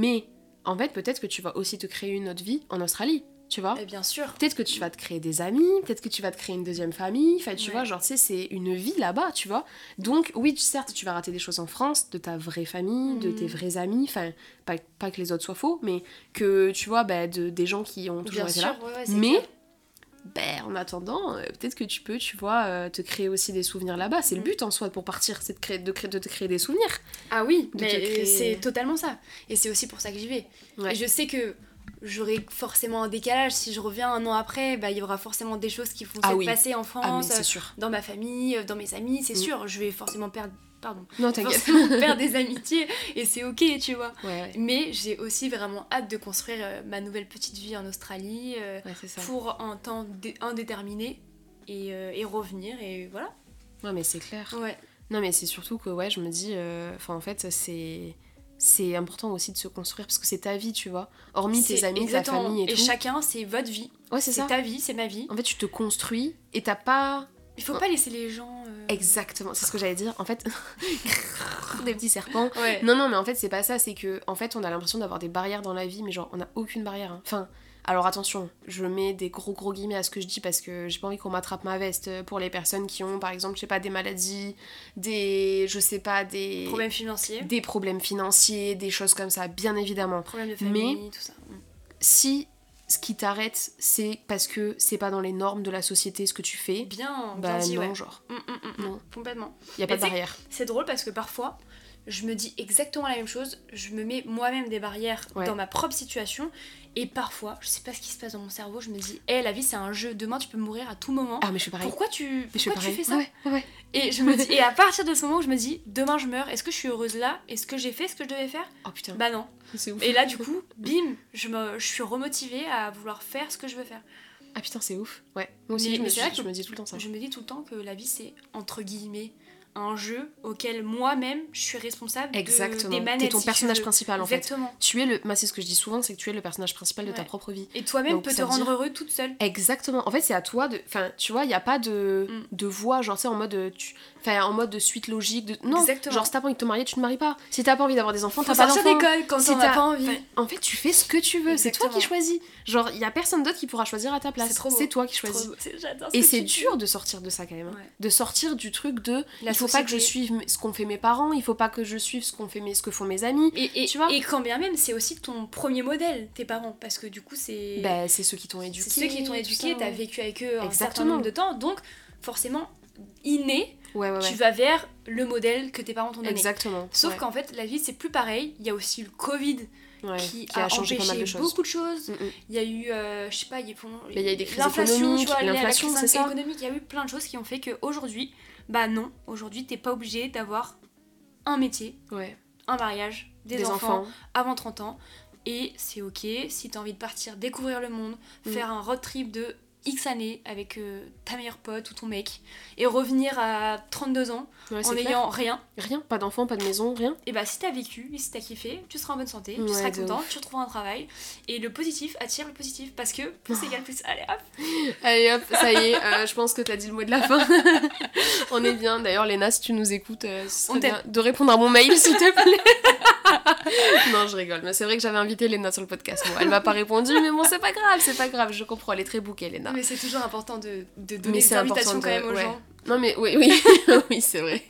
Mais en fait, peut-être que tu vas aussi te créer une autre vie en Australie, tu vois. Eh bien sûr. Peut-être que tu vas te créer des amis, peut-être que tu vas te créer une deuxième famille, enfin tu Ouais. vois, genre tu sais, c'est une vie là-bas, tu vois. Donc oui, tu- certes, tu vas rater des choses en France, de ta vraie famille, de Mhm. tes vrais amis, enfin pas, pas que les autres soient faux, mais que tu vois, bah, de, des gens qui ont toujours Bien été sûr. là. ouais, ouais, c'est Mais clair. ben, en attendant, euh, peut-être que tu peux, tu vois, euh, te créer aussi des souvenirs là-bas. C'est le Mm. but en soi pour partir, c'est de, créer, de, créer, de te créer des souvenirs. Ah oui, De te mais créer- c'est totalement ça. Et c'est aussi pour ça que j'y vais. Ouais. Et je sais que j'aurai forcément un décalage. Si je reviens un an après, bah, il y aura forcément des choses qui vont Ah se oui. passer en Ah, mais France, euh, c'est sûr. dans ma famille, dans mes amis, c'est Mm. sûr. Je vais forcément perdre, pardon, Non, t'inquiète. forcément perdre des amitiés et c'est ok, tu vois. Ouais, ouais, Mais j'ai aussi vraiment hâte de construire euh, ma nouvelle petite vie en Australie euh, ouais, c'est ça. pour un temps dé- indéterminé et, euh, et revenir et voilà. Ouais, mais c'est clair. Ouais. Non, mais c'est surtout que, ouais, je me dis, euh, enfin, en fait, c'est. C'est important aussi de se construire parce que c'est ta vie, tu vois. Hormis tes C'est amis, exactement- ta famille et, tout. chacun, c'est votre vie. Ouais, c'est C'est ça. ta vie, c'est ma vie. En fait, tu te construis et t'as pas. Il faut pas laisser les gens. euh, Exactement, c'est ce que j'allais dire. En fait, des petits serpents. Ouais. Non, non, mais en fait, c'est pas ça. C'est que, en fait, on a l'impression d'avoir des barrières dans la vie, mais genre, on n'a aucune barrière. hein. Enfin, alors attention, je mets des gros gros guillemets à ce que je dis parce que j'ai pas envie qu'on m'attrape ma veste euh, pour les personnes qui ont, par exemple, je sais pas, des maladies, des. je sais pas, des. Problèmes financiers, des problèmes financiers, des choses comme ça, bien évidemment. problèmes de Mais- famille, tout ça. Mm. Si ce qui t'arrête, c'est parce que c'est pas dans les normes de la société ce que tu fais, Bien, bien bah dit, non, ouais. genre, Mm, mm, mm, mm. Non. Complètement. y a pas de Mais tu sais- barrière. C'est Oh, drôle parce que parfois, je me dis exactement la même chose, je me mets moi-même des barrières Ouais. dans ma propre situation, et parfois, je sais pas ce qui se passe dans mon cerveau, je me dis, hé, la vie c'est un jeu, demain tu peux mourir à tout moment. Ah, mais je suis pareil. Pourquoi tu, Mais je suis pourquoi tu pareil. fais ça Ouais, ouais, ouais. Et je me dis, et à partir de ce moment où je me dis, demain je meurs, est-ce que je suis heureuse là Est-ce que j'ai fait ce que je devais faire Oh putain, Bah non. c'est ouf. Et là, du coup, bim, je, me, je suis remotivée à vouloir faire ce que je veux faire. Ah putain, c'est ouf. Ouais. Moi aussi, Mais- je, me mais suis- c'est vrai je que- me dis tout le temps ça. Je me dis tout le temps que la vie, c'est entre guillemets un jeu auquel moi-même je suis responsable de- des Exactement. manettes. T'es ton si tu personnage veux. principal en fait. Exactement. Tu es le. Moi, c'est ce que je dis souvent, c'est que tu es le personnage principal de ta Ouais. propre vie. Et toi-même Donc, peux ça te veut rendre dire- heureux toute seule. Exactement. En fait, c'est à toi de. Enfin, tu vois, il y a pas de Mm. de voix, genre, tu sais, en mode. euh, Tu... Enfin, en mode de suite logique. De... Non. Exactement. Genre, si t'as pas envie de te marier, tu te maries pas. Si t'as pas envie d'avoir des enfants, Faut t'as pas sortir d'enfants. d'école quand Si on n'a t'as- pas envie. Enfin, en fait, tu fais ce que tu veux. C'est toi qui Exactement. choisis. Genre, il y a personne d'autre qui pourra choisir à ta C'est place. trop beau. C'est toi qui Trop choisis. beau, c'est- j'adore ce Et que c'est tu dis. dur de sortir de ça quand même. hein. Ouais. De sortir du truc de La il faut pas que je société. suive m- ce qu'ont fait mes parents, il faut pas que je suive ce, qu'on fait mes, ce que font mes amis. Et, et, Tu vois et quand bien même, c'est aussi ton premier modèle, tes parents, parce que du coup, c'est. Ben, c'est ceux qui t'ont éduqué. C'est ceux qui t'ont tout éduqué, ça, t'as ouais. vécu avec eux un certain Exactement. nombre de temps, donc forcément, inné, Ouais, ouais, ouais. tu vas vers le modèle que tes parents t'ont donné. Exactement. Sauf ouais. qu'en fait, la vie, c'est plus pareil. Il y a aussi le Covid Ouais, qui, a, changé empêché pas mal de choses. beaucoup de choses. Mm, mm. Il y a eu, euh, je sais pas, il y a, il y a eu des crises l'inflation, tu économiques, vois, la- la l'inflation, crise c'est ça économique, il y a eu plein de choses qui ont fait qu'aujourd'hui, bah non, aujourd'hui, t'es pas obligé d'avoir un métier, Ouais. un mariage, des, Des enfants, enfants. avant 30 ans. Et c'est ok si t'as envie de partir découvrir le monde, Mm. faire un road trip de X années avec euh, ta meilleure pote ou ton mec, et revenir à 32 ans Ouais, en c'est clair. n'ayant rien. Rien, pas d'enfants, pas de maison, rien. Et bah si t'as vécu, si t'as kiffé, tu seras en bonne santé, Ouais, tu seras de content, tu retrouveras un travail. Et le positif attire le positif parce que plus égale plus. Allez hop Allez hop, ça y est, euh, je pense que t'as dit le mot de la fin. On est bien. D'ailleurs, Léna, si tu nous écoutes, euh, ce serait On t'aime. bien de répondre à mon mail, s'il te plaît. non, je rigole, mais c'est vrai que j'avais invité Léna sur le podcast. Bon, elle m'a pas répondu, mais bon, c'est pas grave, c'est pas grave, je comprends, elle est très bouquée, Léna. Mais c'est toujours important de, de Mais donner c'est des important invitations de- quand même aux ouais. gens. Non mais oui oui oui c'est vrai.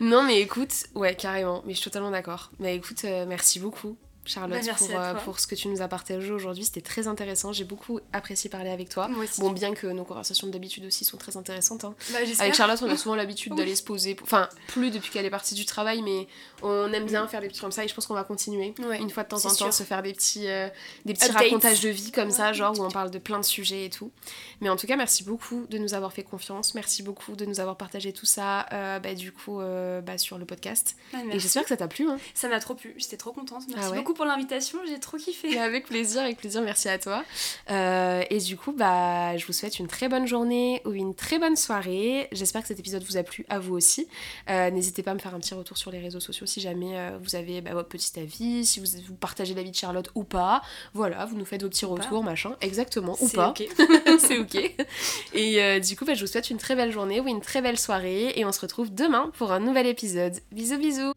Non mais écoute ouais carrément mais je suis totalement d'accord. Mais écoute euh, merci beaucoup Charlotte Bah, merci pour, à euh, toi. pour ce que tu nous as partagé aujourd'hui c'était très intéressant j'ai beaucoup apprécié parler avec toi. Moi aussi. Bon bien que nos conversations d'habitude aussi sont très intéressantes. hein. Bah, j'espère. Avec Charlotte on a souvent l'habitude Oui. d'aller se poser pour- enfin plus depuis qu'elle est partie du travail mais on aime bien faire des petits comme ça et je pense qu'on va continuer. Ouais. Une fois de temps en c'est temps, sûr. se faire des petits, euh, des petits Updates. racontages de vie comme ça, Ouais. genre où on parle de plein de sujets et tout. Mais en tout cas, merci beaucoup de nous avoir fait confiance, merci beaucoup de nous avoir partagé tout ça, euh, bah, du coup, euh, bah, sur le podcast. Bah, Et merci. j'espère que ça t'a plu. Hein. Ça m'a trop plu, j'étais trop contente. Merci Ah ouais beaucoup pour l'invitation, j'ai trop kiffé. Et avec plaisir, avec plaisir, merci à toi. Euh, et du coup, bah, je vous souhaite une très bonne journée ou une très bonne soirée. J'espère que cet épisode vous a plu, à vous aussi. Euh, N'hésitez pas à me faire un petit retour sur les réseaux sociaux si jamais euh, vous avez bah, votre petit avis, si vous, vous partagez l'avis de Charlotte ou pas. Voilà, vous nous faites vos petits Ou pas. retours, machin. Exactement, ou C'est pas. ok. C'est ok. Et euh, du coup, bah, je vous souhaite une très belle journée ou une très belle soirée. Et on se retrouve demain pour un nouvel épisode. Bisous, bisous.